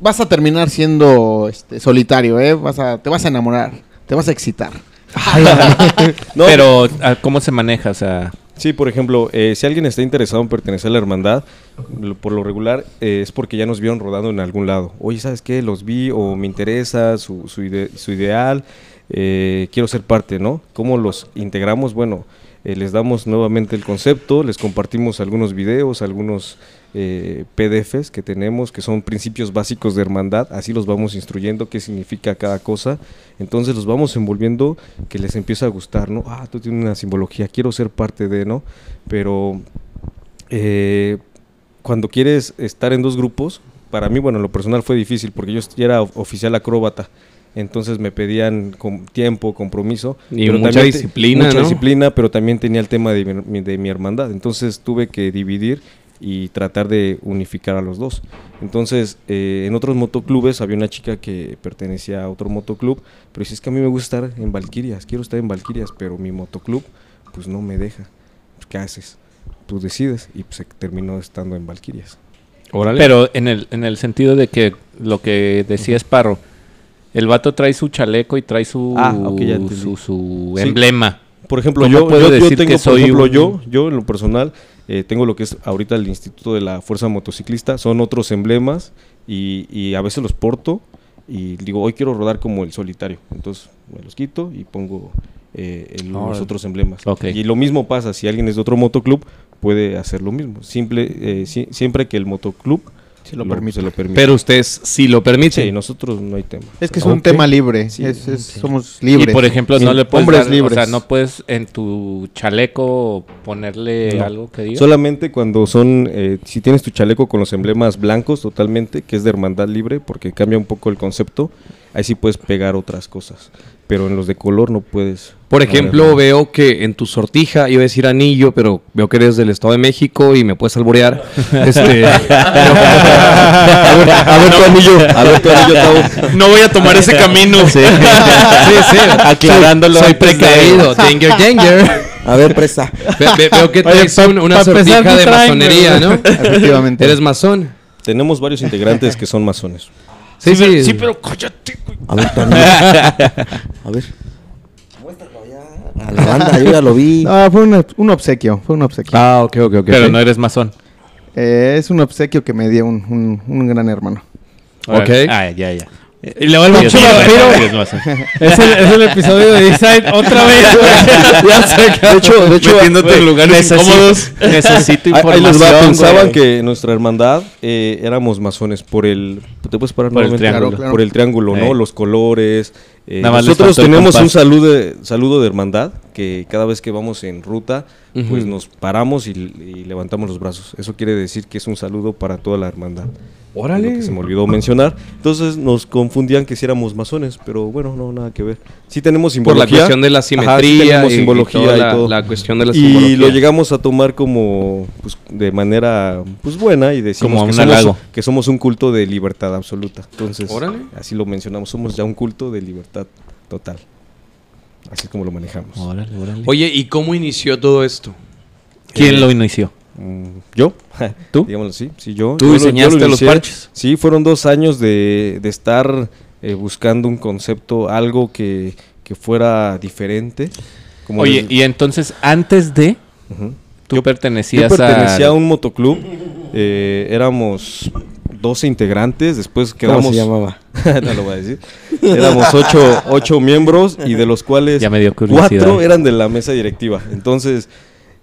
S6: vas a terminar siendo este, solitario, ¿eh? Vas a, te vas a enamorar, te vas a excitar.
S5: No,
S3: Pero, ah, ¿cómo se maneja? O sea,
S5: Sí, por ejemplo, eh, si alguien está interesado en pertenecer a la hermandad, lo- por lo regular eh, es porque ya nos vieron rodando en algún lado. Oye, ¿sabes qué? Los vi o me interesa su, su, ide- su ideal, eh, quiero ser parte, ¿no? ¿Cómo los integramos? Bueno, eh, les damos nuevamente el concepto, les compartimos algunos videos, algunos eh, PDFs que tenemos, que son principios básicos de hermandad, así los vamos instruyendo qué significa cada cosa, entonces los vamos envolviendo que les empieza a gustar, ¿no? Ah, tú tienes una simbología, quiero ser parte de, ¿no? Pero eh, cuando quieres estar en dos grupos, para mí, bueno, en lo personal fue difícil porque yo ya era of- oficial acróbata. Entonces me pedían con tiempo, compromiso.
S4: Y
S5: pero
S4: mucha
S5: también te-
S4: disciplina,
S5: Mucha
S4: ¿no?
S5: disciplina, pero también tenía el tema de mi, de mi hermandad. Entonces tuve que dividir y tratar de unificar a los dos. Entonces, eh, en otros motoclubes había una chica que pertenecía a otro motoclub, pero dice, es que a mí me gusta estar en Valquirias, quiero estar en Valquirias, pero mi motoclub pues no me deja. Pues, ¿Qué haces? Tú decides y pues se terminó estando en Valquirias.
S3: pero en el, en el sentido de que lo que decía Esparro, el vato trae su chaleco y trae su,
S5: Ah, ok, ya entendí.
S3: su, su
S5: Sí.
S3: emblema.
S5: Por ejemplo,
S3: ¿Cómo
S5: yo,
S3: puedo
S5: yo, yo
S3: decir
S5: tengo,
S3: que
S5: por
S3: soy
S5: ejemplo,
S3: un-
S5: yo, yo en lo personal eh, tengo lo que es ahorita el Instituto de la Fuerza Motociclista, son otros emblemas y, y a veces los porto y digo, hoy quiero rodar como el solitario, entonces me los quito y pongo eh, el- los
S3: Órale.
S5: otros emblemas.
S3: Ok.
S5: Y lo mismo pasa, si alguien es de otro motoclub, puede hacer lo mismo, Simple, eh, si- siempre que el motoclub
S6: Se lo permite.
S5: se lo permita.
S4: Pero ustedes si lo permiten.
S5: Sí, nosotros no hay tema.
S6: Es que es un tema libre, es- es- somos libres.
S3: Y por ejemplo, no
S6: Sí,
S3: le puedes
S6: hombres
S3: dar-
S6: libres.
S3: o sea, no puedes en tu chaleco ponerle
S5: No.
S3: algo que diga.
S5: Solamente cuando son, eh, si tienes tu chaleco con los emblemas blancos totalmente, que es de hermandad libre, porque cambia un poco el concepto, ahí sí puedes pegar otras cosas. Pero en los de color no puedes.
S4: Por ejemplo,
S5: poner nada.
S4: veo que en tu sortija, iba a decir anillo, pero veo que eres del Estado de México y me puedes alborear. Este,
S2: A ver, a ver tu anillo. A ver tu anillo, Tavo.
S3: No voy a tomar ese camino. Sí, sí. Aclarándolo.
S4: soy
S3: antes de-
S4: precavido, danger, danger.
S7: A ver, presta.
S4: Ve- ve- veo que
S1: Oye,
S4: traes
S1: pa-
S4: un- una
S1: pa' empezar,
S4: sortija
S1: ¿qué
S4: de
S1: traen,
S4: masonería, ¿no?
S6: Efectivamente.
S4: Eres masón.
S5: Tenemos varios integrantes que son masones.
S4: Sí, sí.
S1: Sí, pero cállate, güey.
S7: A ver, tu anillo. A ver. Muéstralo ya. A la banda, yo ya lo vi.
S6: Ah, fue un, un obsequio, fue un obsequio.
S4: Ah, ok, ok, ok.
S3: Pero no eres masón.
S6: Eh, es un obsequio que me dio un, un- un gran hermano.
S4: Ok.
S3: Ah, ya, ya.
S1: Y le va el pinche vampiro. Es el, es el episodio de Inside otra vez, güey.
S2: Ya sé. De hecho, de hecho, metiéndote en lugares incómodos.
S3: Necesito
S5: Ahí- ahí les va,
S3: información.
S5: pensaban
S3: güey.
S5: que nuestra hermandad eh, éramos masones por el. ¿Te puedes parar
S3: Por el
S5: nuevamente?
S3: triángulo.
S6: Claro, claro.
S5: Por el triángulo, ¿no?
S3: Ey.
S5: Los colores. eh,
S3: Nada más les
S5: nosotros
S3: faltó el
S5: tenemos
S3: compás.
S5: un saludo de, saludo de hermandad que cada vez que vamos en ruta, pues nos paramos y, y levantamos los brazos. Eso quiere decir que es un saludo para toda la hermandad. Lo que se me olvidó mencionar. Entonces nos confundían que si éramos masones, pero bueno, no, nada que ver. Sí tenemos
S4: Por la
S5: simbología.
S4: cuestión de la
S5: Ajá, sí
S4: simetría
S5: tenemos
S4: y- y
S5: simbología
S4: toda
S5: y
S4: la-
S5: todo.
S4: la cuestión de la
S5: Y
S4: simbología.
S5: lo llegamos a tomar como, pues, de manera, pues, buena y decimos
S3: Como
S5: que,
S3: un
S5: somos,
S3: halago.
S5: que somos un culto de libertad absoluta. Entonces,
S4: Órale.
S5: así lo mencionamos, somos ya un culto de libertad total. Así es como lo manejamos.
S3: Órale, órale.
S4: Oye, ¿y cómo inició todo esto?
S3: ¿Quién lo inició?
S5: Mm, ¿Yo?
S3: ¿Tú?
S5: Digámoslo así. Sí, yo.
S2: ¿Tú
S5: Yo lo- yo
S2: diseñaste
S5: lo
S2: los
S5: inicié.
S2: parches?
S5: Sí, fueron dos años de, de estar eh, buscando un concepto, algo que, que fuera diferente. Como
S3: Oye,
S5: les-
S3: y entonces antes de,
S5: Ujú.
S3: tú
S5: Yo-
S3: pertenecías
S5: Yo pertenecía
S3: al-
S5: a un motoclub. eh, éramos 12 integrantes. Después quedamos.
S7: ¿Cómo se llamaba?
S5: no lo voy a decir. Éramos 8, miembros y de los cuales
S3: Ya me dio curiosidad.
S5: cuatro eran de la mesa directiva. Entonces,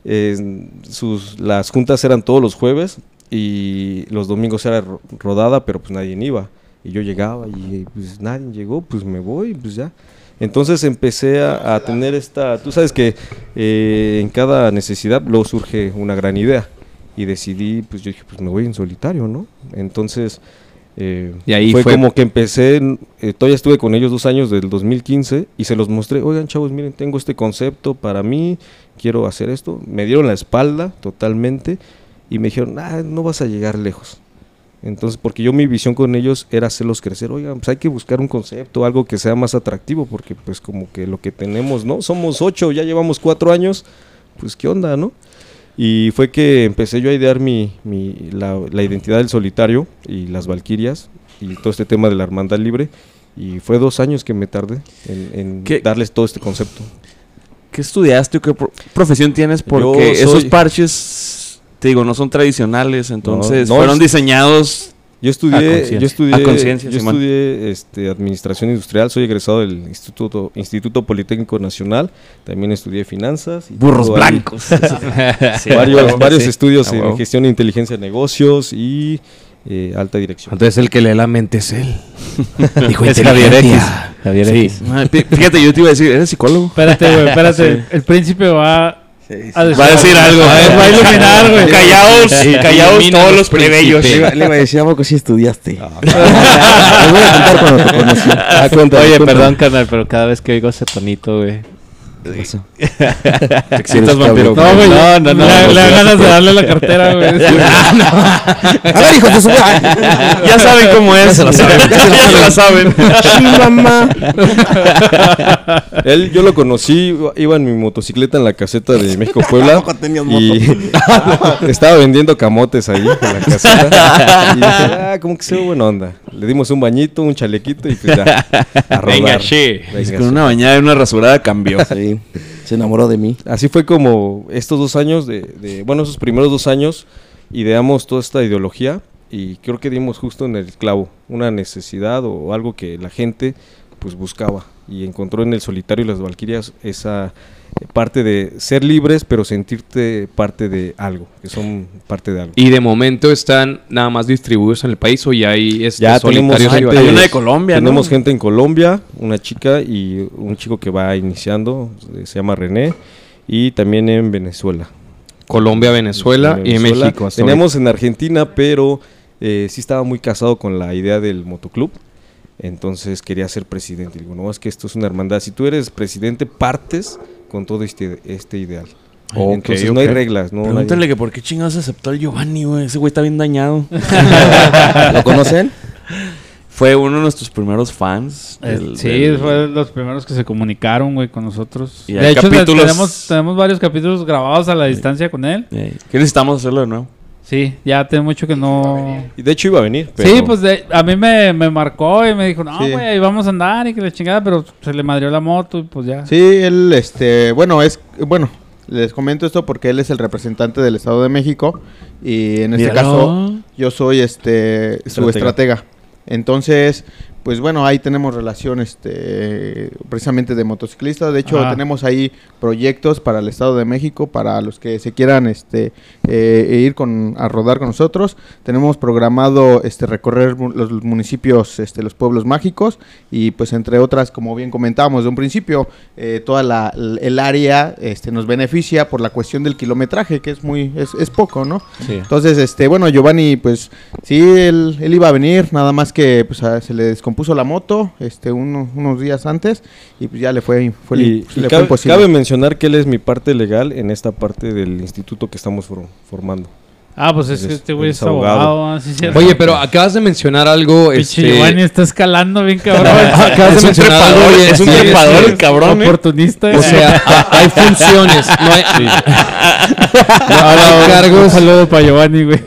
S5: eh, sus, las juntas eran todos los jueves y los domingos era ro- rodada, pero pues nadie iba. Y yo llegaba y eh, pues nadie llegó, pues me voy, pues ya. Entonces empecé a, a tener esta... Tú sabes que eh, en cada necesidad luego surge una gran idea. Y decidí, pues yo dije, pues me voy en solitario, ¿no? Entonces... eh,
S4: Y ahí
S5: fue,
S4: fue-
S5: como que empecé, en- eh, todavía estuve con ellos dos años del 2015 y se los mostré, oigan chavos, miren, tengo este concepto para mí, quiero hacer esto. Me dieron la espalda totalmente y me dijeron, "Ah, no vas a llegar lejos. Entonces, porque yo mi visión con ellos era hacerlos crecer, oigan, pues hay que buscar un concepto, algo que sea más atractivo, porque pues como que lo que tenemos, ¿no? Somos ocho, ya llevamos cuatro años, pues qué onda, ¿no? Y fue que empecé yo a idear mi, mi- la, la identidad del solitario y las valquirias y todo este tema de la hermandad libre. Y fue dos años que me tardé en, en
S2: ¿Qué?
S5: darles todo este concepto.
S2: ¿Qué estudiaste o qué pro- profesión tienes? Porque
S5: Yo soy-
S2: esos parches, te digo, no son tradicionales, entonces
S5: no,
S2: fueron
S5: es-
S2: diseñados.
S5: Yo
S2: A
S5: estudié,
S2: conciencia.
S5: yo
S2: A
S5: estudié,
S2: conciencia,
S5: yo
S2: Simón.
S5: estudié este, administración industrial, soy egresado del Instituto, Instituto Politécnico Nacional, también estudié finanzas. y
S2: Burros
S5: tengo ahí
S2: blancos.
S5: varios varios estudios
S4: Ah,
S5: en
S4: huevo.
S5: gestión de inteligencia de negocios y eh, alta dirección.
S4: Entonces el que lee la mente es él. Dijo
S3: Es Javier X. Javier X.
S2: Ay, fí- Fíjate, yo te iba a decir, ¿eres psicólogo?
S1: Espérate, güey, espérate. El príncipe va a decir,
S2: Va a decir algo.
S1: Va a iluminar, güey.
S2: Callaos, callaos todos los plebeyos.
S7: Le iba, le iba a decir, ¿a poco sí estudiaste? Te voy a contar cuando te conocí.
S3: Ah, Oye, perdón, carnal, pero cada vez que oigo ese tonito, güey. Pues
S2: Te excitas,
S7: Eres
S2: vampiro.
S1: No, güey.
S3: No,
S1: Le,
S3: no, no, no,
S1: le dan
S3: no,
S1: ganas de darle la cartera, güey.
S7: A ver, hijo de su
S2: Ya saben cómo es. Ya se la saben. Ya se la saben.
S5: Él, yo lo conocí, iba- iba en mi motocicleta en la caseta de México Puebla.
S7: Tampoco tenías moto.
S5: y estaba vendiendo camotes ahí en la caseta. Y dije, ah, como que se ve buena onda. Le dimos un bañito, un chalequito y pues ya. A rodar.
S3: sí.
S5: Venga,
S2: Con
S5: sí.
S2: una bañada y una rasurada cambió.
S7: Sí, se enamoró de mí.
S5: Así fue como estos dos años, de, de- bueno, esos primeros dos años, ideamos toda esta ideología y creo que dimos justo en el clavo, una necesidad o algo que la gente pues buscaba y encontró en el solitario y las valquirias esa eh, parte de ser libres pero sentirte parte de algo, que son parte de algo.
S4: Y de momento están nada más distribuidos en el país o ya hay este
S5: Ya tenemos
S4: solitarios
S5: gente-
S4: ahí?
S2: Hay una de Colombia, ¿no?
S5: Tenemos gente en Colombia, una chica y un chico que va iniciando, se- se llama René, y también en Venezuela.
S4: Colombia, Venezuela, y
S5: Venezuela.
S4: México. hasta
S5: Teníamos en Argentina, pero eh, sí estaba muy casado con la idea del motoclub. Entonces quería ser presidente. Digo, no, es que esto es una hermandad. Si tú eres presidente, partes con todo este, este ideal.
S4: Ok,
S5: Entonces no hay
S4: ok.
S5: reglas. No,
S2: Pregúntale
S5: nadie-
S2: que por qué chingados aceptó el Giovanni, güey. Ese güey está bien dañado.
S7: ¿Lo conocen?
S2: Fue uno de nuestros primeros fans.
S1: Eh,
S2: del-
S1: sí,
S2: del-
S1: fue de los primeros que se comunicaron, güey, con nosotros.
S2: Y
S1: de
S2: hay
S1: hecho, te-
S2: capítulos-
S1: tenemos, tenemos varios capítulos grabados a la distancia con él.
S2: Eh, ¿Qué necesitamos hacerlo de nuevo?
S1: Sí, ya tiene mucho que no...
S5: Y de hecho iba a venir.
S1: Sí,
S5: pero-
S1: pues de- a mí me, me marcó y me dijo, no,
S6: Sí.
S1: güey, ahí vamos a andar y que la chingada, pero se le madrió la moto y pues ya.
S6: Sí, él, este, bueno, es, bueno, les comento esto porque él es el representante del Estado de México y en este
S2: Míralo.
S6: caso yo soy, este, su
S5: Estratega.
S6: estratega. Entonces, pues bueno, ahí tenemos relación, este, precisamente de motociclistas. De hecho,
S1: Ajá.
S6: tenemos ahí proyectos para el Estado de México, para los que se quieran, este, eh, ir con, a rodar con nosotros. Tenemos programado, este, recorrer mu- los municipios, este, los pueblos mágicos y pues entre otras, como bien comentábamos de un principio, eh, toda la, l- el área este, nos beneficia por la cuestión del kilometraje, que es muy, es, es poco, ¿no? Entonces, este, bueno, Giovanni, pues sí, él, él iba a venir, nada más que pues, a- se le descompuso la moto este, uno- unos días antes y pues ya le fue, fue,
S5: Y-
S6: le
S5: y
S6: fue
S5: cabe,
S6: imposible.
S5: cabe mencionar que él es mi parte legal en esta parte del instituto que estamos for- formando.
S1: Ah, pues es
S5: Él
S1: que
S5: es-
S1: este güey
S5: él
S1: es
S5: es
S1: abogado.
S5: abogado.
S1: ah, sí, cierto.
S4: Oye, pero acabas de mencionar algo.
S1: Pinche
S4: este,
S1: Giovanni está escalando bien cabrón.
S4: acabas de mencionar algo.
S2: Es un
S4: este,
S2: trepador el cabrón, ¿eh?
S1: Oportunista.
S4: O sea, a- hay funciones. No hay, no hay
S1: Un
S4: cargos.
S1: saludo para Giovanni, güey.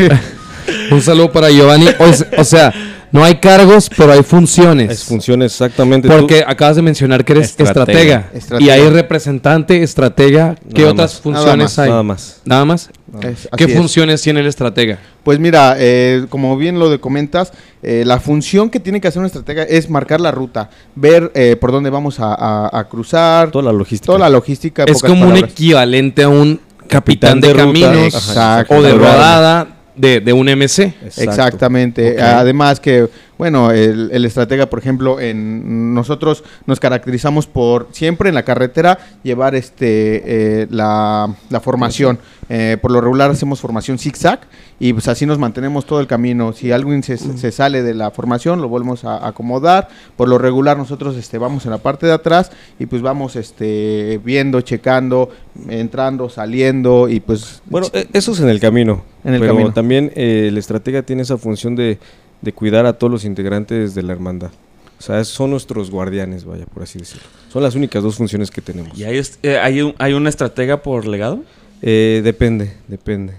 S4: Un saludo para Giovanni. O, se- o sea, no hay cargos, pero hay funciones.
S5: Es funciones exactamente. tú-
S4: porque acabas de mencionar que eres
S3: Estratega.
S4: estratega.
S6: Estratega.
S4: Y hay representante, estratega. ¿Qué
S5: Nada
S4: otras
S5: más.
S4: funciones hay?
S5: Nada más.
S4: Nada más.
S6: Es-
S4: ¿Qué
S6: así es.
S4: funciones tiene el estratega?
S6: Pues mira, eh, como bien lo de comentas, eh, la función que tiene que hacer un estratega es marcar la ruta, ver eh, por dónde vamos a, a- a cruzar, toda
S5: Toda la logística.
S6: la, logística. en
S4: Es
S6: pocas
S4: como un
S6: palabras.
S4: equivalente a un capitán,
S5: Capitán
S4: de,
S5: de ruta.
S4: caminos
S6: Ajá,
S4: o de
S6: exacto.
S4: rodada de, de un MC.
S5: Exacto.
S6: Exactamente.
S5: Ok.
S6: Además que, bueno, el, el estratega, por ejemplo, en nosotros nos caracterizamos por siempre en la carretera llevar este eh, la, la formación. Eh, por lo regular hacemos formación zigzag y pues así nos mantenemos todo el camino. Si alguien se, se sale de la formación, lo volvemos a acomodar. Por lo regular nosotros este, vamos en la parte de atrás y pues vamos este, viendo, checando, entrando, saliendo y pues...
S5: Bueno, e- eso es en el camino.
S6: En el
S5: pero
S6: camino.
S5: también eh, el estratega tiene esa función de, de cuidar a todos los integrantes de la hermandad. O sea, es- son nuestros guardianes, vaya, por así decirlo. Son las únicas dos funciones que tenemos.
S2: ¿Y hay, est- eh, hay, un, hay una estratega por legado?
S5: Eh, depende, depende.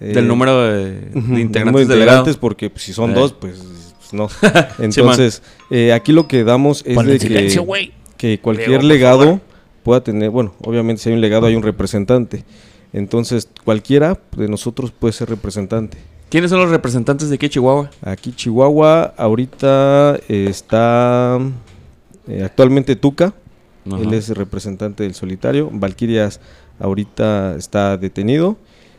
S5: Eh,
S2: Del número de, de
S5: ujú, del número de
S2: integrantes del legado.
S5: porque pues, si son
S2: Eh.
S5: dos, pues no. Entonces, eh, aquí lo que damos es
S2: Ponle
S5: de
S2: en silencio,
S5: que,
S2: güey.
S5: que
S2: Leo,
S5: cualquier
S2: por favor.
S5: legado pueda tener, bueno, obviamente si hay un legado hay un representante. Entonces, cualquiera de nosotros puede ser representante.
S2: ¿Quiénes son los representantes de qué Chihuahua?
S5: Aquí Chihuahua, ahorita eh, está eh, actualmente Tuca,
S2: Ajá.
S5: él es el representante del solitario. Valquirias ahorita está detenido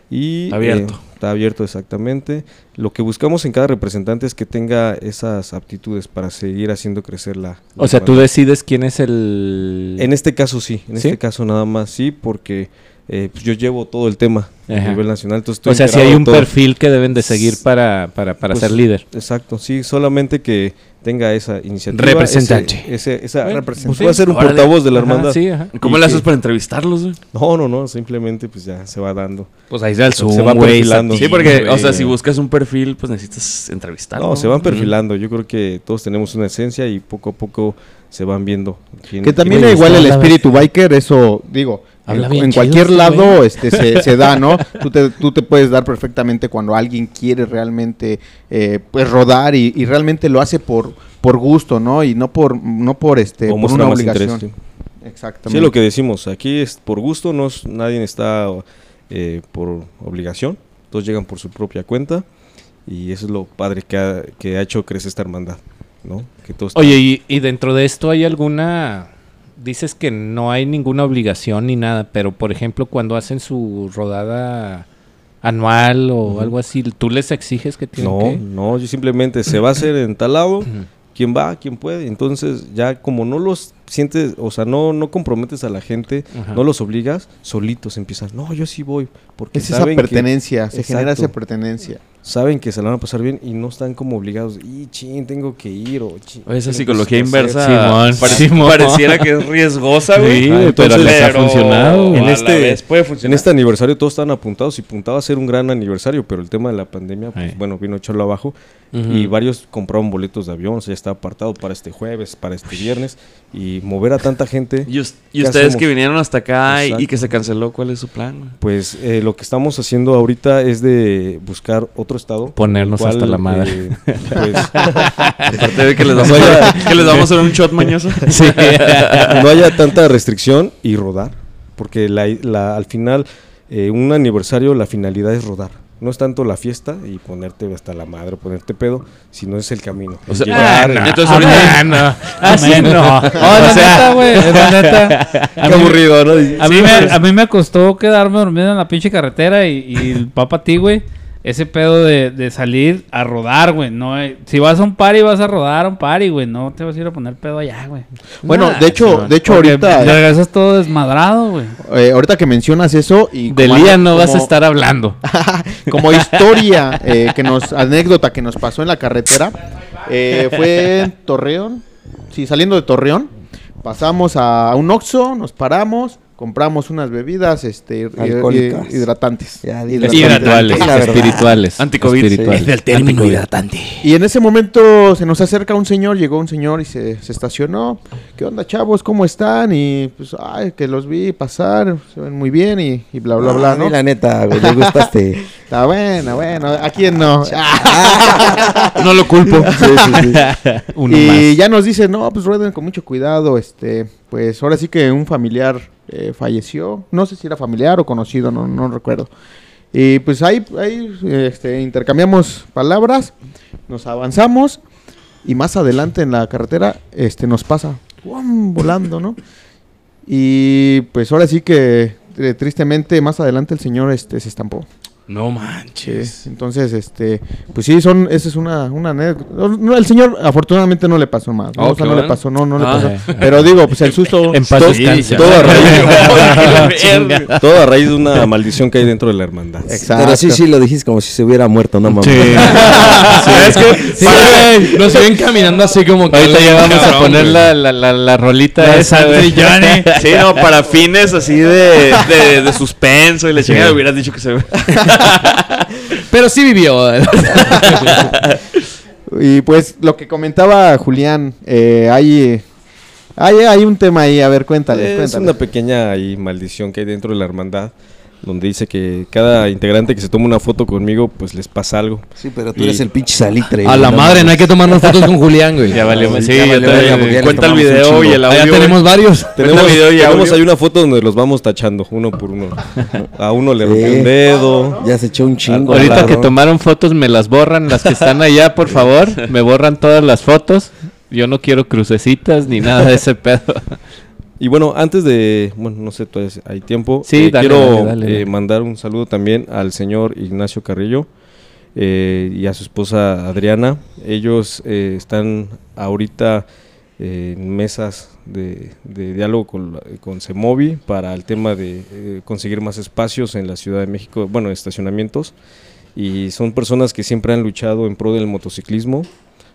S5: y
S2: Abierto.
S5: eh, está abierto exactamente. Lo que buscamos en cada representante es que tenga esas aptitudes para seguir haciendo crecer la. la
S3: O sea, tú
S5: banda.
S3: decides quién es el.
S5: En este caso sí, en
S3: ¿Sí?
S5: este caso nada más sí, porque eh, pues, yo llevo todo el tema
S3: Ajá.
S5: a nivel nacional. Entonces estoy
S3: o sea, si
S5: enterado
S3: hay
S5: de
S3: un
S5: todo.
S3: perfil que deben de seguir para, para, para
S5: Pues,
S3: ser líder.
S5: Exacto, sí, solamente que tenga esa iniciativa.
S3: Representante.
S5: ese- ese- esa
S3: Bueno,
S5: representante.
S3: pues sí.
S5: Puede ser un
S2: Órale.
S5: portavoz de la
S3: Ajá,
S5: hermandad.
S3: sí, ajá.
S2: ¿Cómo
S5: ¿Y
S2: le
S5: qué?
S2: haces para entrevistarlos? güey?
S5: No, no, no, simplemente pues ya se va dando.
S3: Pues ahí está el
S5: Zoom, güey, Sí,
S2: Sí, porque, o sea, si buscas un perfil, pues necesitas entrevistar.
S5: No, se van perfilando. Yo creo que todos tenemos una esencia y poco a poco se van viendo. quién-
S6: Que también
S5: quién-
S6: igual el
S3: habla
S6: espíritu biker, eso digo, en,
S3: Habla bien
S6: en
S3: chido
S6: cualquier
S3: este
S6: lado
S3: güey.
S6: este se, se da, ¿no? Tú te, tú te puedes dar perfectamente cuando alguien quiere realmente eh, pues rodar y, y realmente lo hace por por gusto, ¿no? Y no por no por este
S5: o
S6: por
S5: muestra
S6: una
S5: más interés,
S6: obligación.
S5: sí. Sí,
S6: Exactamente.
S5: es lo que decimos. Aquí es por gusto, no es- nadie está eh, por obligación. Todos llegan por su propia cuenta y eso es lo padre que ha, que ha hecho crecer esta hermandad, ¿no? Que todos
S3: Pues, Oye, y, y dentro de esto hay alguna. Dices que no hay ninguna obligación ni nada, pero por ejemplo, cuando hacen su rodada anual o algo así, ¿tú les exiges que tienen
S5: No,
S3: que?
S5: no, yo simplemente se va a hacer en tal lado, quien va, quien puede. Entonces, ya como no los sientes, o sea, no, no comprometes a la gente,
S3: Ajá.
S5: no los obligas, solitos empiezan, no, yo sí voy, porque
S6: es esa
S5: saben, que,
S6: pertenencia, se genera esa
S5: Exacto.
S6: pertenencia.
S5: saben que se la van a pasar bien y no están como obligados, y chin, tengo que ir, o chin.
S2: Oye, esa
S5: tengo que
S2: psicología
S5: hacer".
S2: inversa
S3: Simón,
S2: pare-
S3: Simón.
S2: pareciera que es riesgosa, güey.
S3: Sí, güey, pero les ha funcionado.
S2: En
S5: En
S2: este,
S5: este-
S2: puede
S5: En
S2: funcionar.
S5: este aniversario todos estaban apuntados y apuntaba a ser un gran aniversario, pero el tema de la pandemia, pues
S3: Ahí.
S5: bueno, vino a echarlo abajo.
S3: Ujú.
S5: Y varios compraron boletos de avión, o sea, ya está apartado para este jueves, para este viernes. Y mover a tanta gente,
S2: Y, us- y
S5: ¿Qué
S2: ustedes
S5: hacemos?
S2: que vinieron hasta acá y- y,
S5: Exacto.
S2: que se canceló, ¿cuál es su plan? güey?
S5: pues eh, lo que estamos haciendo ahorita es de buscar otro estado.
S3: Ponernos
S5: cual,
S3: hasta la madre.
S5: eh, pues,
S2: Aparte de que les vamos a, que les vamos a hacer un shot mañoso.
S3: Sí.
S5: no haya tanta restricción y rodar. Porque la, la- al final, eh, un aniversario, la finalidad es rodar. No es tanto la fiesta y ponerte hasta la madre, ponerte pedo, sino es el camino.
S2: O sea,
S5: Llegar,
S2: ah,
S5: el-
S2: no. Entonces ahorita-
S3: Ah, no.
S1: Así no. Oh, la
S3: O
S1: neta,
S3: sea-
S1: güey. La neta. pues. A
S5: Qué
S1: mí-
S5: aburrido, ¿no? Y-
S1: A mí, me, a mí me costó quedarme dormido en la pinche carretera y, y el papa ti, güey. Ese pedo de, de salir a rodar, güey. No, eh, si vas a un party, vas a rodar a un party, güey. No te vas a ir a poner pedo allá, güey.
S6: Bueno,
S5: Ah,
S6: de hecho, de hecho
S1: Porque
S6: ahorita
S1: te regresas todo desmadrado, güey.
S6: eh, ahorita que mencionas eso y
S3: Del
S6: como-
S3: día no vas a
S6: como-
S3: estar hablando.
S6: como historia eh, que nos anécdota que nos pasó en la carretera eh, fue en Torreón sí saliendo de Torreón pasamos a un Oxxo nos paramos compramos unas bebidas este, hid-
S7: Alcohólicas.
S6: hid- hidratantes.
S7: Ya, di la-
S3: Espirituales.
S7: la verdad.
S3: Espirituales.
S2: Anticovid.
S3: espirituales.
S7: Es del término hidratante.
S6: Y en ese momento se nos acerca un señor, llegó un señor y se, se estacionó. ¿Qué onda, chavos? ¿Cómo están? Y pues, ay, que los vi pasar, se ven muy bien y, y bla, bla, bla,
S7: Ah,
S6: ¿no?
S7: di La neta, güey, le este. gustaste.
S6: Está bueno, bueno, ¿a quién no?
S2: No lo culpo.
S3: Uno
S6: y
S3: más.
S6: ya nos dice, no, pues rueden con mucho cuidado, este, pues ahora sí que un familiar eh, falleció, no sé si era familiar o conocido, no, no recuerdo. Y pues ahí, ahí este, intercambiamos palabras, nos avanzamos y más adelante en la carretera este, nos pasa ¡guam!, volando, ¿no? Y pues ahora sí que eh, tristemente más adelante el señor este, se estampó.
S4: No
S6: Sí,
S4: manches.
S6: Entonces, este, pues sí, son, esa es una, una anécdota. No, no, el señor afortunadamente no le pasó más, ¿no?
S4: Oh,
S6: O sea,
S4: qué
S6: no le
S4: bueno.
S6: pasó, no, no le
S4: Ah.
S6: pasó. Pero digo, pues el susto.
S3: En paz
S5: todo-
S3: descansa.
S2: ah,
S5: todo a raíz-
S2: Chinga.
S5: Todo a raíz de una maldición que hay dentro de la hermandad.
S6: Exacto.
S7: Pero sí, sí, lo dijiste como si se hubiera muerto, no mames.
S2: ¿Sabes qué?
S4: Parece- Nos ven caminando así como que.
S3: Ahorita ya vamos a
S4: Cabrón,
S3: poner
S4: güey.
S3: la, la, la, la rolita esa, güey.
S2: Sí, no, para fines así de, de, de suspenso y la chingada hubieras dicho que se
S7: Pues
S2: ve.
S4: Pero sí vivió.
S6: Y pues lo que comentaba Julián, eh, hay, eh, hay, hay un tema ahí, a ver, cuéntale,
S5: es
S6: cuéntale.
S5: una pequeña ahí maldición que hay dentro de la hermandad, donde dice que cada integrante que se toma una foto conmigo, pues les pasa algo.
S7: Sí, pero tú eres el pinche salitre.
S4: A
S7: güey,
S4: la madre, no hay
S7: mames.
S4: que tomarnos fotos con Julián, güey.
S3: Ya valió. Sí,
S7: ya
S3: yo
S7: valió
S3: también.
S7: verga, porque ya
S2: pues
S7: le
S2: Cuenta el
S7: tomamos un
S2: video y
S7: chingo.
S2: el
S4: Ah,
S2: audio.
S4: ya tenemos varios.
S5: Tenemos,
S2: video y
S5: tenemos
S2: audio.
S5: ahí una foto donde los vamos tachando uno por uno. A uno le rompió
S7: Sí.
S5: un dedo.
S7: Ya se echó un chingo.
S3: Ahorita que
S7: cabrón.
S3: tomaron fotos me las borran, las que están allá, por favor, me borran todas las fotos. Yo no quiero crucecitas ni nada de ese pedo.
S5: Y bueno, antes de, bueno, no sé, todavía hay tiempo.
S3: Sí,
S5: Eh,
S3: dale,
S5: quiero
S3: dale, dale,
S5: eh,
S3: dale.
S5: mandar un saludo también al señor Ignacio Carrillo eh, y a su esposa Adriana. Ellos eh, están ahorita eh, en mesas de, de diálogo con, la- con CEMOVI para el tema de eh, conseguir más espacios en la Ciudad de México, bueno, estacionamientos. Y son personas que siempre han luchado en pro del motociclismo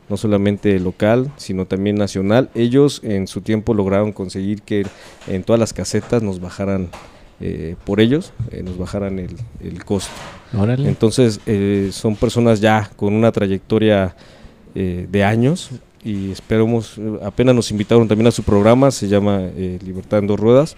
S5: no solamente local, sino también nacional. Ellos en su tiempo lograron conseguir que en todas las casetas nos bajaran, eh, por ellos, eh, nos bajaran el, el costo.
S3: Órale.
S5: Entonces eh, son personas ya con una trayectoria eh, de años y esperamos, eh, apenas nos invitaron también a su programa, se llama eh, Libertad en dos ruedas.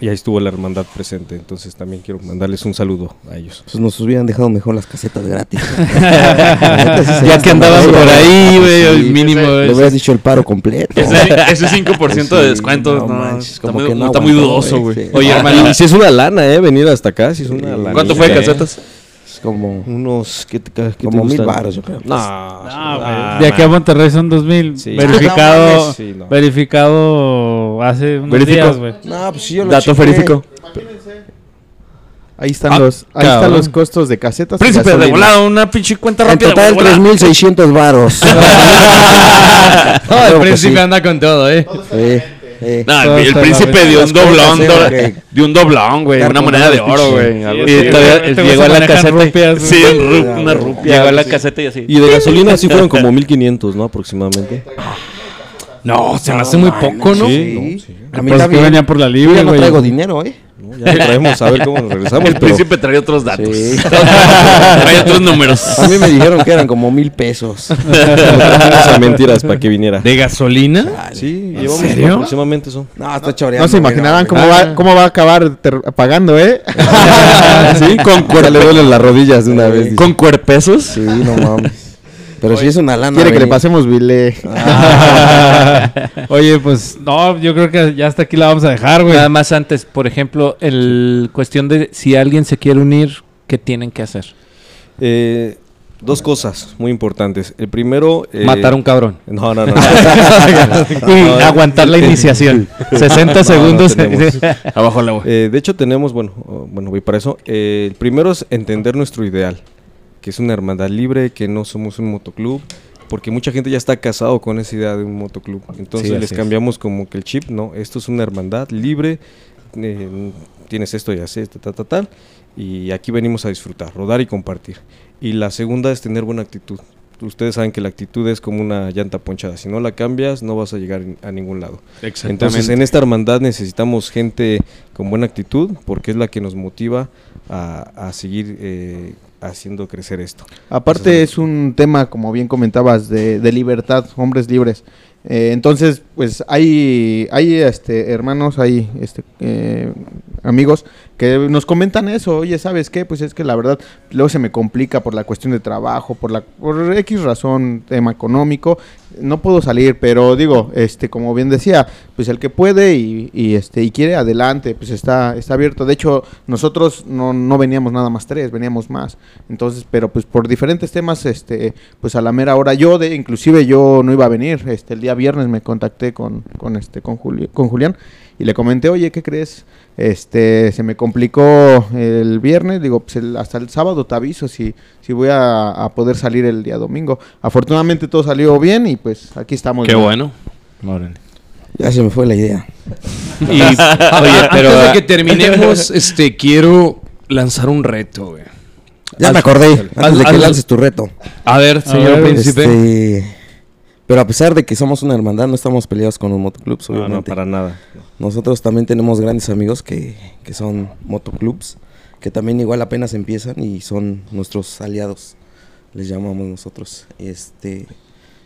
S5: Y ahí estuvo la hermandad presente, entonces también quiero mandarles un saludo a ellos.
S7: Pues nos hubieran dejado mejor las casetas gratis.
S3: ya que andabas por ahí, güey, el mínimo.
S7: Le
S3: güey.
S7: hubieras dicho el paro completo.
S2: Ese, ese 5% de
S7: Sí,
S2: descuento
S7: no
S2: no,
S7: manches,
S2: está,
S7: como
S2: muy,
S7: que no
S2: está muy
S7: aguantó,
S2: dudoso,
S7: güey,
S2: güey.
S7: sí.
S5: Oye, hermano, Ah, si es una lana, ¿eh? Venir hasta acá, si es una eh, lana.
S2: ¿Cuánto fue de casetas?
S7: Es como,
S5: Unos, ¿qué te, qué te
S7: como mil
S5: gusta?
S7: baros, yo creo.
S5: No,
S1: Ah, güey,
S5: ah,
S1: de aquí a Monterrey son 2000.
S5: Sí. Ah, no
S1: Verificado.
S5: mames. Sí, no.
S1: Verificado hace unos
S2: Verifico.
S1: días, güey.
S7: No, pues sí, yo lo
S2: Dato
S7: chequé.
S2: verífico.
S6: Ahí están
S2: Ah,
S6: los, ahí
S2: cabrón.
S6: están los costos de casetas. y
S2: Príncipe de
S6: gasolina.
S2: volado, una pinche cuenta
S7: En
S2: rápida.
S7: total,
S2: de volada.
S7: 3.600 varos.
S4: No, el
S7: Claro que
S4: príncipe
S7: sí.
S4: anda con todo, ¿eh.
S7: Sí, sí.
S1: Todo
S2: No, Ah, el, el
S1: está
S2: príncipe
S1: bien.
S2: dio un
S7: Las cosas
S2: doblón,
S7: así,
S2: doble-
S7: güey.
S2: de un doblón, güey, una moneda de oro, güey. algo
S1: Sí,
S2: así.
S3: Y todavía
S1: obviamente,
S3: llegó
S1: güey,
S3: a
S1: se
S3: la
S1: manejan
S3: caseta y-
S1: rupias, güey.
S2: Sí, un ru- una rupia.
S3: Llegó a la
S2: sí.
S3: caseta y así.
S5: Y de gasolina sí fueron como 1500, ¿no? Aproximadamente.
S4: No, se me hace muy poco, ¿no?
S7: Sí. A mí
S1: Pues
S7: está
S1: que
S7: bien.
S1: venían por la
S7: Yo
S1: libre,
S7: ya no
S1: güey.
S7: traigo dinero, ¿eh?
S5: ¿no? Ya lo traemos a ver cómo nos regresamos.
S2: El
S5: pero
S2: príncipe trae otros datos.
S7: Sí.
S2: trae otros números.
S7: A mí me dijeron que eran como mil pesos.
S5: lo trajimos a mentiras para que viniera.
S4: ¿De gasolina?
S5: Sí, llevamos
S4: serio?
S5: aproximadamente eso.
S7: No, está choreando.
S6: Ah, No se imaginarán cómo va, cómo va a acabar ter- pagando, ¿eh?
S5: sí, con cuerda le duelen las rodillas de una vez. dice.
S2: Con cuerpezos.
S7: Sí, no mames. Pero sí es una lana.
S6: Quiere que le
S7: güey.
S6: pasemos bile.
S1: Oye, pues no, yo creo que ya hasta aquí la vamos a dejar, güey.
S3: Nada más antes, por ejemplo, el cuestión de si alguien se quiere unir, ¿qué tienen que hacer?
S5: Eh, dos cosas muy importantes. El primero. eh,
S3: Matar a un cabrón.
S5: No, no, no.
S3: y aguantar la iniciación. 60 segundos.
S5: tenemos.
S2: Abajo el agua.
S5: Eh, de hecho, tenemos, bueno, oh, bueno, voy para eso. Eh, el primero es entender nuestro ideal, que es una hermandad libre, que no somos un motoclub, porque mucha gente ya está casado con esa idea de un motoclub. Entonces
S3: Sí, así
S5: les
S3: es.
S5: cambiamos como que el chip, no, esto es una hermandad libre, eh, tienes esto y haces, ta, ta, ta, tal, y aquí venimos a disfrutar, rodar y compartir. Y la segunda es tener buena actitud. Tú ustedes saben que la actitud es como una llanta ponchada. Si no la cambias, no vas a llegar en- a ningún lado.
S2: Exactamente.
S5: Entonces, en esta hermandad necesitamos gente con buena actitud porque es la que nos motiva a, a seguir eh, haciendo crecer esto.
S6: Aparte es un tema, como bien comentabas, de, de libertad, hombres libres. Eh, entonces, pues hay, hay este, hermanos, hay este, eh, amigos que nos comentan eso. Oye, ¿sabes qué? Pues es que la verdad luego se me complica por la cuestión de trabajo, por la por X razón, tema económico. No puedo salir, pero digo, este, como bien decía, pues el que puede y, y, este y quiere adelante, pues está está abierto. De hecho, nosotros no, no veníamos nada más tres, veníamos más. Entonces, pero pues por diferentes temas, este, pues a la mera hora yo de, inclusive yo no iba a venir. Este, el día viernes me contacté con, con este, con Juli- con Julián y le comenté, oye, ¿qué crees? Este, se me complicó el viernes, digo, pues el- hasta el sábado te aviso si, si voy a, a poder salir el día domingo. Afortunadamente todo salió bien y pues aquí estamos.
S4: Qué
S6: ¿no?
S4: bueno.
S3: Órale.
S7: Ya se me fue la idea.
S4: Y, oye, pero ah, antes de que terminemos, este, quiero lanzar un reto, güey.
S7: Ya
S4: Haz-
S7: me acordé.
S4: haz-
S7: Antes de que
S4: hazlo.
S7: lances tu reto.
S4: A ver, señor
S1: ver,
S4: príncipe.
S7: Este, pero a pesar de que somos una hermandad, no estamos peleados con los motoclubs,
S5: No, Ah, no,
S7: obviamente.
S5: para nada.
S7: Nosotros también tenemos grandes amigos que, que son motoclubs, que también igual apenas empiezan y son nuestros aliados, les llamamos nosotros. Este,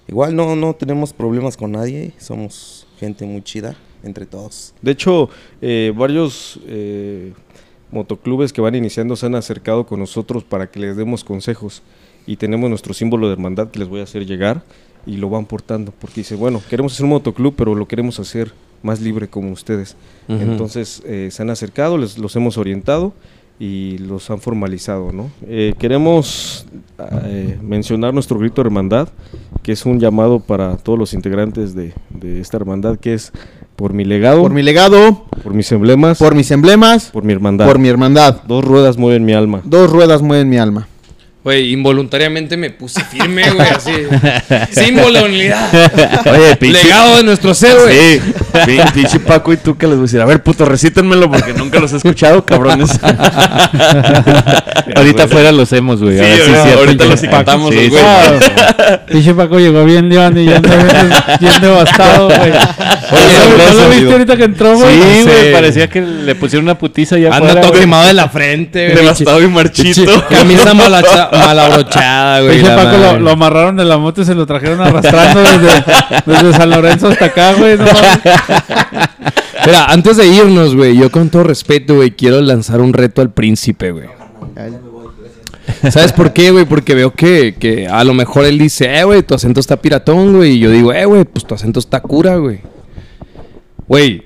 S7: igual no, no tenemos problemas con nadie, somos gente muy chida entre todos.
S5: De hecho, eh, varios eh, motoclubes que van iniciando se han acercado con nosotros para que les demos consejos y tenemos nuestro símbolo de hermandad que les voy a hacer llegar y lo van portando porque dice, bueno, queremos hacer un motoclub, pero lo queremos hacer más libre como ustedes.
S4: Ujú.
S5: Entonces eh, se han acercado, les, los hemos orientado y los han formalizado, ¿no? Eh, queremos eh, mencionar nuestro grito de hermandad, que es un llamado para todos los integrantes de, de esta hermandad, que es por mi legado.
S6: Por mi legado,
S5: Por mis emblemas.
S6: por mis emblemas,
S5: por mi hermandad.
S6: por mi hermandad.
S5: Dos ruedas mueven mi alma.
S6: Dos ruedas mueven mi alma.
S4: Güey, involuntariamente me puse firme, güey, así. Símbolo de unidad.
S2: Oye, pinche.
S4: Legado de nuestros héroes.
S2: Sí, pin- pinche Paco y tú que les voy a decir, a ver, puto, recítenmelo porque nunca los he escuchado, cabrones.
S3: Ahorita fuera los hemos, güey.
S2: Sí,
S3: a ver si
S2: güey,
S3: es cierto,
S2: ahorita
S3: ya.
S2: los Ah. encantamos,
S3: Sí,
S2: los
S5: Ah,
S2: güeyes.
S1: Pinche Paco llegó bien León y ya anda bien, bien devastado, güey. ¿No lo- ¿No lo viste ahorita que entró,
S3: Sí,
S1: güey?
S3: güey,
S2: Sí.
S3: parecía que le pusieron una putiza ya
S4: Anda todo quemado de la frente, güey.
S2: Devastado y marchito.
S4: Camisa malacha- malabrochada, güey.
S1: Pinche
S4: la
S1: Paco lo,
S4: madre.
S1: lo amarraron de la moto y se lo trajeron arrastrando desde, desde San Lorenzo hasta acá, güey. no mames.
S4: Mira, antes de irnos, güey, yo con todo respeto, güey, quiero lanzar un reto al príncipe, güey. ¿Sabes por qué, güey? Porque veo que, que a lo mejor él dice, eh, güey, tu acento está piratón, güey. Y yo digo, eh, güey, pues tu acento está cura, güey. Güey,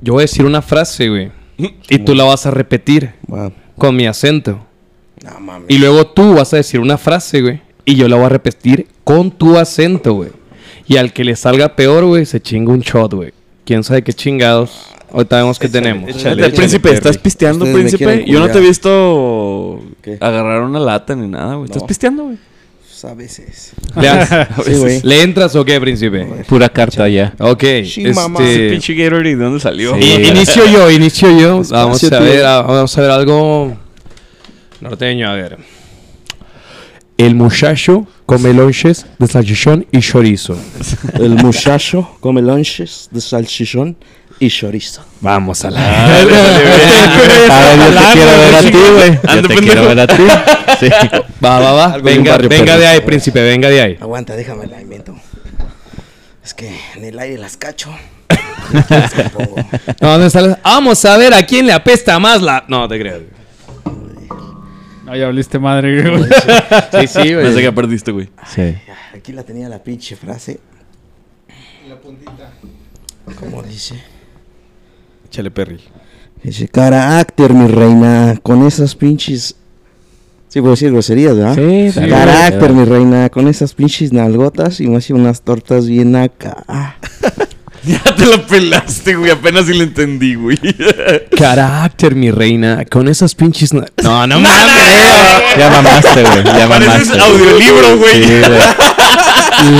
S4: yo voy a decir una frase, güey. Y tú la vas a repetir
S7: Va.
S4: con mi acento.
S7: No mames.
S4: Y luego tú vas a decir una frase, güey. Y yo la voy a repetir con tu acento, güey. Y al que le salga peor, güey, se chinga un shot, güey. Quién sabe qué chingados. Ahorita vemos qué tenemos.
S2: Neta, príncipe, estás pisteando,
S7: Ustedes me
S2: príncipe.
S7: quieren
S2: Yo no te he
S7: culiar.
S2: visto
S7: ¿Qué?
S2: agarrar una lata ni nada, güey. Estás
S7: No.
S2: pisteando, güey.
S7: Pues a veces.
S4: ¿Le, has-
S7: Sí, güey.
S4: ¿Le entras o qué, príncipe?
S3: Pura carta ya.
S4: Ok.
S7: Sí, mamá.
S4: este,
S2: Pinche Gatorade, ¿de dónde salió?
S4: i-
S2: Y- y-
S4: inicio yo, inicio yo. Vamos a
S7: Despacio,
S4: ver,
S7: tío.
S4: a- vamos a ver algo norteño, a ver. El muchacho come lonches de salchichón y chorizo.
S7: El muchacho come lonches de salchichón y chorizo.
S4: Vamos a la...
S3: yo te quiero ver a ti, güey. Yo
S2: Ande,
S3: te quiero
S2: pendejo.
S3: ver a ti. Sí.
S4: Va, va, va.
S7: de un
S4: Venga,
S7: barrio
S4: venga
S7: perdido.
S4: de ahí, príncipe, venga de ahí.
S7: Aguanta, déjame la invento. Es que en el aire las cacho. Las que pongo.
S4: No, ¿dónde está la- Vamos a ver a quién le apesta más la. No, te creo.
S1: No, ya habliste madre, güey.
S4: Sí, sí,
S2: Pensé que perdiste, güey.
S3: Sí.
S7: Aquí la tenía la pinche frase. la puntita. Como dice.
S5: Échale Perry.
S7: Dice, carácter, mi reina, con esas pinches... Sí, puedo decir groserías, ¿verdad?
S3: Sí, sí,
S7: Carácter,
S3: güey.
S7: mi reina, con esas pinches nalgotas y me hace unas tortas bien acá. Ah,
S2: Ya te la pelaste, güey. Apenas si lo entendí, güey.
S4: Carácter, mi reina. Con esas pinches. na- No, no mames.
S3: Ya mamaste, güey. Ya
S2: Pareces
S3: mamaste. güey.
S2: audiolibro, güey.
S3: Sí, güey.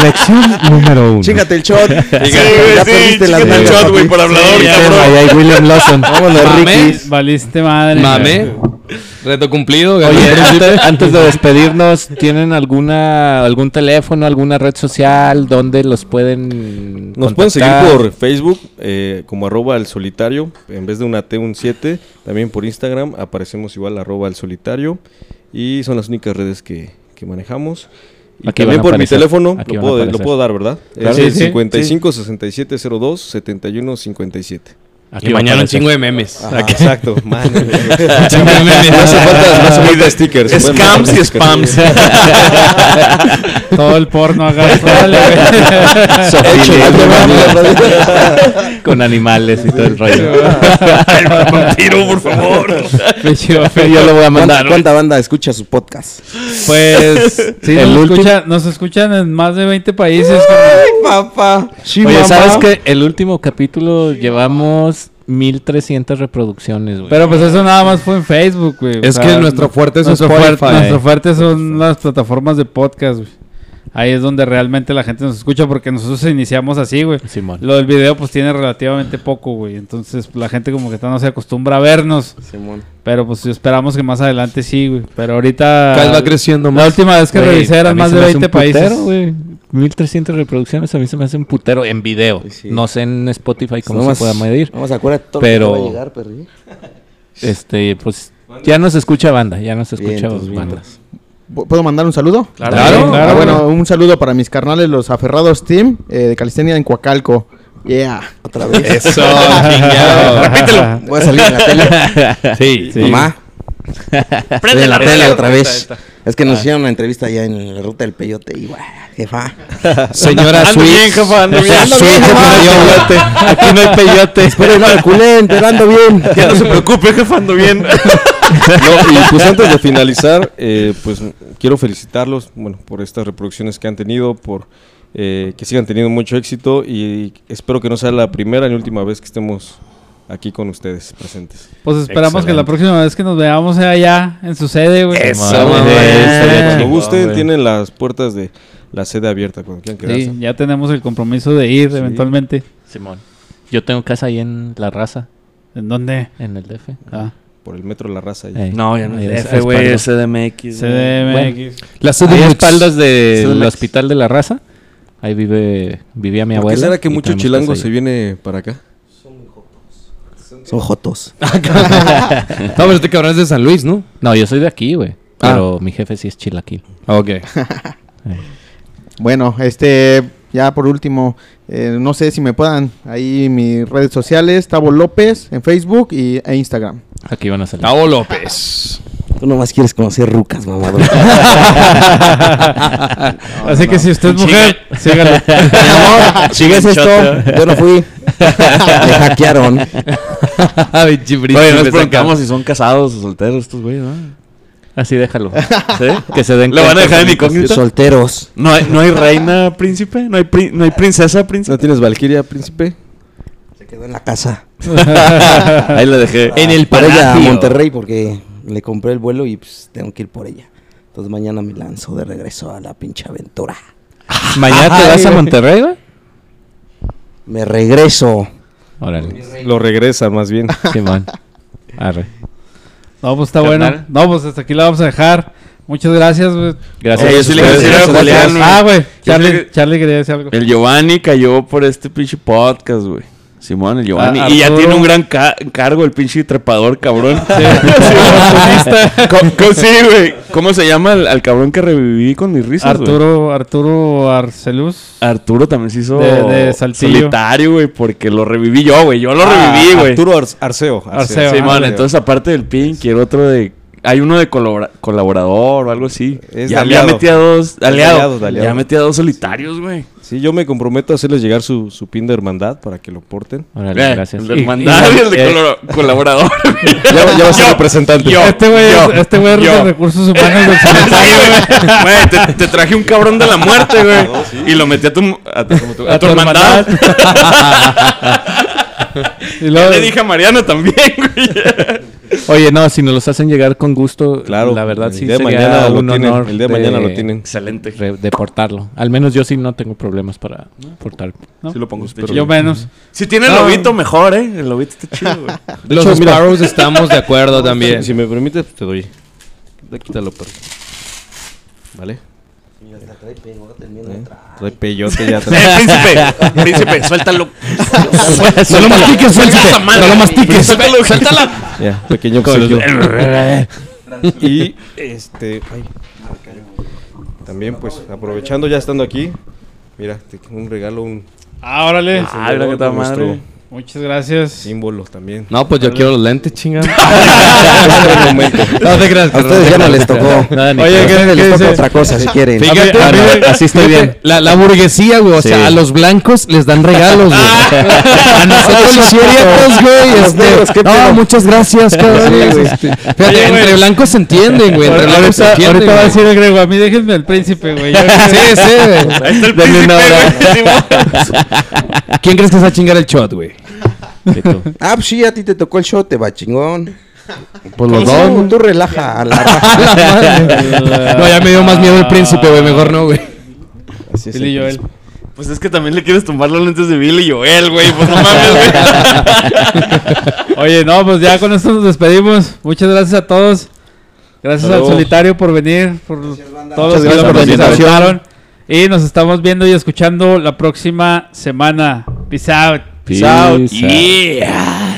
S3: Lección número uno.
S7: Chingate el shot. sí,
S2: Sí, güey, sí. chinga el shot, güey, por hablador,
S3: Tema,
S2: cabrón.
S3: ya hay William Lawson.
S7: Vámonos,
S4: Mames.
S7: Ricky.
S1: Valiste madre.
S4: Mame.
S1: güey.
S4: Reto cumplido. ganó
S3: Oye,
S4: el príncipe.
S3: antes, antes de despedirnos, ¿tienen alguna algún teléfono, alguna red social donde los pueden
S5: Nos pueden seguir por Facebook eh, como arroba el solitario, en vez de una T, un 7. También por Instagram aparecemos igual arroba el solitario. Y son las únicas redes que, que manejamos. Y
S3: Aquí van
S5: también
S3: a
S5: por mi
S3: aparecer,
S5: teléfono,
S3: aquí van
S5: lo
S3: a
S5: puedo, lo
S3: aparecer.
S5: puedo dar, ¿verdad?
S1: Claro,
S5: Es
S1: sí,
S5: el
S1: sí.
S5: 55 67 02 71 57.
S3: Aquí
S4: Y
S3: va a
S4: mañana un
S3: aparecer.
S4: chingo de memes.
S5: Ah, Exacto, man. no hace
S4: Chingo de memes.
S5: falta, no hace falta stickers. pueden mandar
S2: Scams y
S5: stickers.
S2: spams.
S1: Todo el porno hagas. Órale, güey.
S3: con animales y todo el rollo.
S2: Un tiro, por favor.
S1: Pinche Ofelia.
S3: Yo lo voy a mandar.
S7: ¿Cuánta, cuánta banda escucha su podcast?
S1: Pues sí,
S3: El
S1: nos,
S3: último-
S1: escucha- nos escuchan en más de 20 países. carnal.
S3: Oye, ¿sabes que El último capítulo llevamos 1300 reproducciones, güey.
S1: Pero pues eso nada más fue en Facebook, güey. O
S4: Es
S1: sea,
S4: que nuestro fuerte es
S1: nuestro
S4: Spotify.
S1: fuerte- nuestro fuerte son las plataformas de podcast, güey. Ahí es donde realmente la gente nos escucha porque nosotros iniciamos así, güey.
S3: Simón.
S1: Lo del video pues tiene relativamente poco, güey. Entonces la gente como que todavía no se acostumbra a vernos. Pero pues esperamos que más adelante sí, güey. Pero ahorita...
S4: Cada vez va creciendo
S1: Ah. La
S4: más.
S1: última vez que
S3: Güey,
S1: revisé
S3: a
S1: eran
S3: mí
S1: más
S3: se
S1: de
S3: me hace
S1: 20
S3: un putero,
S1: países.
S3: güey. 1300 reproducciones a mí se me hace un putero en video.
S7: Sí.
S3: No sé en Spotify cómo
S7: Nomás-
S3: se pueda medir.
S7: Nomás acuérdate todo
S3: Pero-
S7: lo que te va a llegar, perri.
S3: Este, pues ya nos escucha banda, ya nos
S7: Bien,
S3: escucha
S7: entonces, bien,
S3: banda.
S6: ¿Pu- ¿Puedo mandar un saludo?
S1: Claro,
S6: Ah,
S1: claro.
S6: bueno, un saludo para mis carnales, los aferrados team eh, de Calistenia en Coacalco. Yeah.
S7: Otra vez.
S4: Eso, chingado. Repítelo.
S7: Voy a salir en la tele.
S3: Sí,
S7: Mamá. Prende la tele otra vez.
S4: Ahí
S7: Es
S3: Ah.
S7: que nos hicieron una entrevista allá en la ruta del peyote y guau, jefa.
S4: Señora
S2: Ando bien,
S4: Sweet.
S2: jefa, ando bien.
S7: Ando bien, jefa.
S3: Aquí no hay peyote.
S7: Espero no me culen, pero ando bien.
S2: Ya no se preocupe, jefa, ando bien.
S5: No, y pues antes de finalizar, eh, pues quiero felicitarlos, bueno, por estas reproducciones que han tenido, por eh, que sigan teniendo mucho éxito y espero que no sea la primera ni última vez que estemos aquí con ustedes presentes.
S1: Pues esperamos que la
S3: Excelente.
S1: próxima vez que nos veamos sea allá en su sede, güey.
S2: Eso,
S1: Madre,
S2: mamá.
S1: estaría
S5: Eh, Cuando
S1: chingón,
S5: gusten,
S1: güey.
S5: tienen las puertas de la sede abierta cuando quieran quedarse.
S1: Sí, ya tenemos el compromiso de ir eventualmente.
S3: Simón. Yo tengo casa ahí en La Raza,
S1: ¿En dónde?
S3: en el DF.
S1: Ah,
S5: Por el metro La Raza. y-
S3: Ey.
S2: No, ya no
S3: Ahí
S2: es
S3: es-
S2: DF, güey,
S3: espaldas.
S2: es CDMX.
S1: CDMX.
S4: La
S3: Ahí a
S4: CDMX.
S3: espaldas del
S2: CDMX.
S3: hospital de La Raza. Ahí vive vivía mi
S5: ¿Por
S3: abuela.
S5: qué será que
S3: y
S5: mucho
S3: tenemos
S5: chilango
S3: casa
S5: se
S3: ahí.
S5: viene para acá?
S7: Son jotos.
S4: No, pero este cabrón es de San Luis, ¿no?
S3: No, yo soy de aquí, güey.
S2: Ah.
S3: Pero mi jefe sí es chilaquil.
S4: Ah, ok.
S6: Bueno, este, ya por último, eh, no sé si me puedan ahí mis redes sociales, Tavo López en Facebook y, e Instagram.
S3: Aquí van a salir.
S2: Ah,
S4: Tavo López.
S7: Tú nomás quieres conocer rucas, mamador.
S1: Así que si usted es mujer, sígale.
S7: Mi amor, sigues esto. Yo no fui. Me hackearon.
S2: Oye,
S4: Oye,
S2: nos preguntamos si son casados o solteros estos güeyes, ¿no?
S3: Así déjalo.
S2: ¿Sí?
S3: que se den
S2: ¿Lo van a dejar en incógnito?
S7: Solteros.
S2: ¿No hay, ¿No hay reina, príncipe? ¿No hay, pri- no hay princesa,
S5: ¿No
S2: príncipe?
S5: tienes Valkyria, príncipe?
S7: Se quedó en la casa.
S2: Ahí la dejé.
S7: En el para ella a Monterrey porque le compré el vuelo y pues tengo que ir por ella. Entonces mañana me lanzo de regreso a la pinche aventura.
S3: Mañana te vas a Monterrey, güey.
S7: Me regreso.
S3: Órale.
S5: Lo regresan más bien.
S3: Simón. Arre.
S1: No, pues está bueno.
S3: Carnal.
S1: No, pues hasta aquí la vamos a dejar. Muchas gracias, güey.
S3: Gracias.
S2: Oye,
S3: a
S2: Eh, yo sí le
S3: ustedes.
S2: quisiera
S3: Gracias.
S2: Julián, güey.
S1: Ah, güey.
S2: creo
S1: Charlie,
S2: que-
S1: Charlie quería decir algo.
S2: El Giovanni cayó por este pinche podcast, güey. Simón, el Giovanni.
S1: Ah,
S2: y ya
S1: Arturo.
S2: tiene un gran ca- cargo el pinche trepador, cabrón. Sí,
S1: oportunista.
S2: Co- co- sí, güey. ¿Cómo se llama al, al cabrón que reviví con mis risas, güey?
S1: Arturo, Arturo Arcelus.
S2: Arturo también se hizo
S1: De- de Saltillo.
S2: solitario, güey, porque lo reviví yo, güey. Yo lo
S5: Ah,
S2: reviví, güey.
S5: Arturo Ar- Arceo.
S1: Arceo,
S2: Sí,
S1: ah,
S2: man,
S1: güey.
S2: entonces aparte del pin, quiero otro de... Hay uno de colabora- colaborador o algo así.
S5: Es
S2: ya,
S5: de
S2: ya
S5: aliado.
S2: metí a dos...
S5: de
S2: Aliado.
S5: aliados, de aliados.
S2: Ya metí a dos solitarios, güey.
S5: Sí, yo me comprometo a hacerles llegar su, su pin de hermandad para que lo porten.
S3: Órale,
S2: Eh,
S3: gracias.
S2: El del
S3: Y-
S2: mandado y el de
S3: eh,
S2: color- colaborador.
S5: Ya, ya va a ser
S2: Yo,
S5: representante.
S2: yo.
S1: Este güey es, este güey es
S2: yo.
S1: de recursos humanos del
S2: Sí,
S1: Senado.
S2: güey. Güey, te, te traje un cabrón de la muerte, güey. Y lo metí a tu, a tu, a tu
S1: A tu
S2: hermandad.
S1: Y
S2: Ya
S1: luego-
S2: le dije a Mariana también, güey.
S3: Oye, no, si nos los hacen llegar con gusto,
S5: Claro,
S3: la verdad
S5: el
S3: sí
S5: día de
S3: sería
S5: mañana lo
S3: un
S5: tienen,
S3: honor.
S5: el día de mañana lo tienen.
S2: Excelente.
S3: re- deportarlo. Al menos yo sí no tengo problemas para portar.
S5: Sí lo pongo. pero-
S1: Yo menos.
S2: Si tiene el
S1: No.
S2: lobito, mejor, ¿eh? El lobito está chido, güey.
S4: Los Sparrows estamos de acuerdo también.
S5: Si me permites, pues, te doy. Ya Quítalo, pero. ¿Vale? ¿Eh? Trae peyote ya. trae-
S2: Eh, príncipe, príncipe, suéltalo.
S3: No lo mastiques,
S2: Suéltalo, madre. Suéltalo, suéltala.
S5: Ya, pequeño obsequio. Y este. ay. También, pues, aprovechando ya estando aquí. Ahora un regalo, un
S1: Ah, órale.
S2: Ah, mira qué tal
S5: nuestro
S2: madre.
S1: Muchas gracias.
S5: símbolo también.
S4: No, pues yo quiero los lentes, chingada.
S5: No te creas.
S7: A ustedes ya no les tocó.
S1: Oye,
S7: A
S1: ¿qué-
S7: ustedes
S1: qué
S7: les toca
S1: dice?
S7: otra cosa si quieren.
S4: Fíjate,
S3: Ah, no,
S4: fíjate,
S3: así estoy
S4: fíjate,
S3: bien.
S4: La, la burguesía, güey. O sea, a los blancos les dan regalos, güey. a nosotros los prietos, güey. Este, no, muchas gracias, cabrón. Este, fíjate,
S1: Oye, güey.
S4: entre blancos se entienden, güey. Entre blancos se
S1: Ahorita,
S4: entienden.
S1: ahorita va a
S4: güey.
S1: decir el grego, a mí déjenme el príncipe, güey. Yo-
S4: Sí, sí, güey.
S2: Ahí está el príncipe, güey.
S4: ¿Quién crees que se va a chingar el shot, güey?
S7: Ah, pues sí, a ti te tocó el shot, te va chingón.
S4: Pues los dos.
S7: No, tú relaja a la raja.
S4: A la madre. No, ya me dio más miedo el príncipe, güey. Mejor no, güey.
S7: Así es
S1: Él y
S7: el
S1: yo, él.
S2: Pues es que también le quieres tumbar los lentes de Billy y Joel, güey. Pues no mames, güey.
S1: Oye, no, pues ya con esto nos despedimos. Muchas gracias a todos. Gracias al solitario por venir, por todos los que
S7: Muchas gracias
S1: lo
S7: por la invitación.
S1: participaron. Y nos estamos viendo y escuchando la próxima semana. Peace out.
S2: Yeah.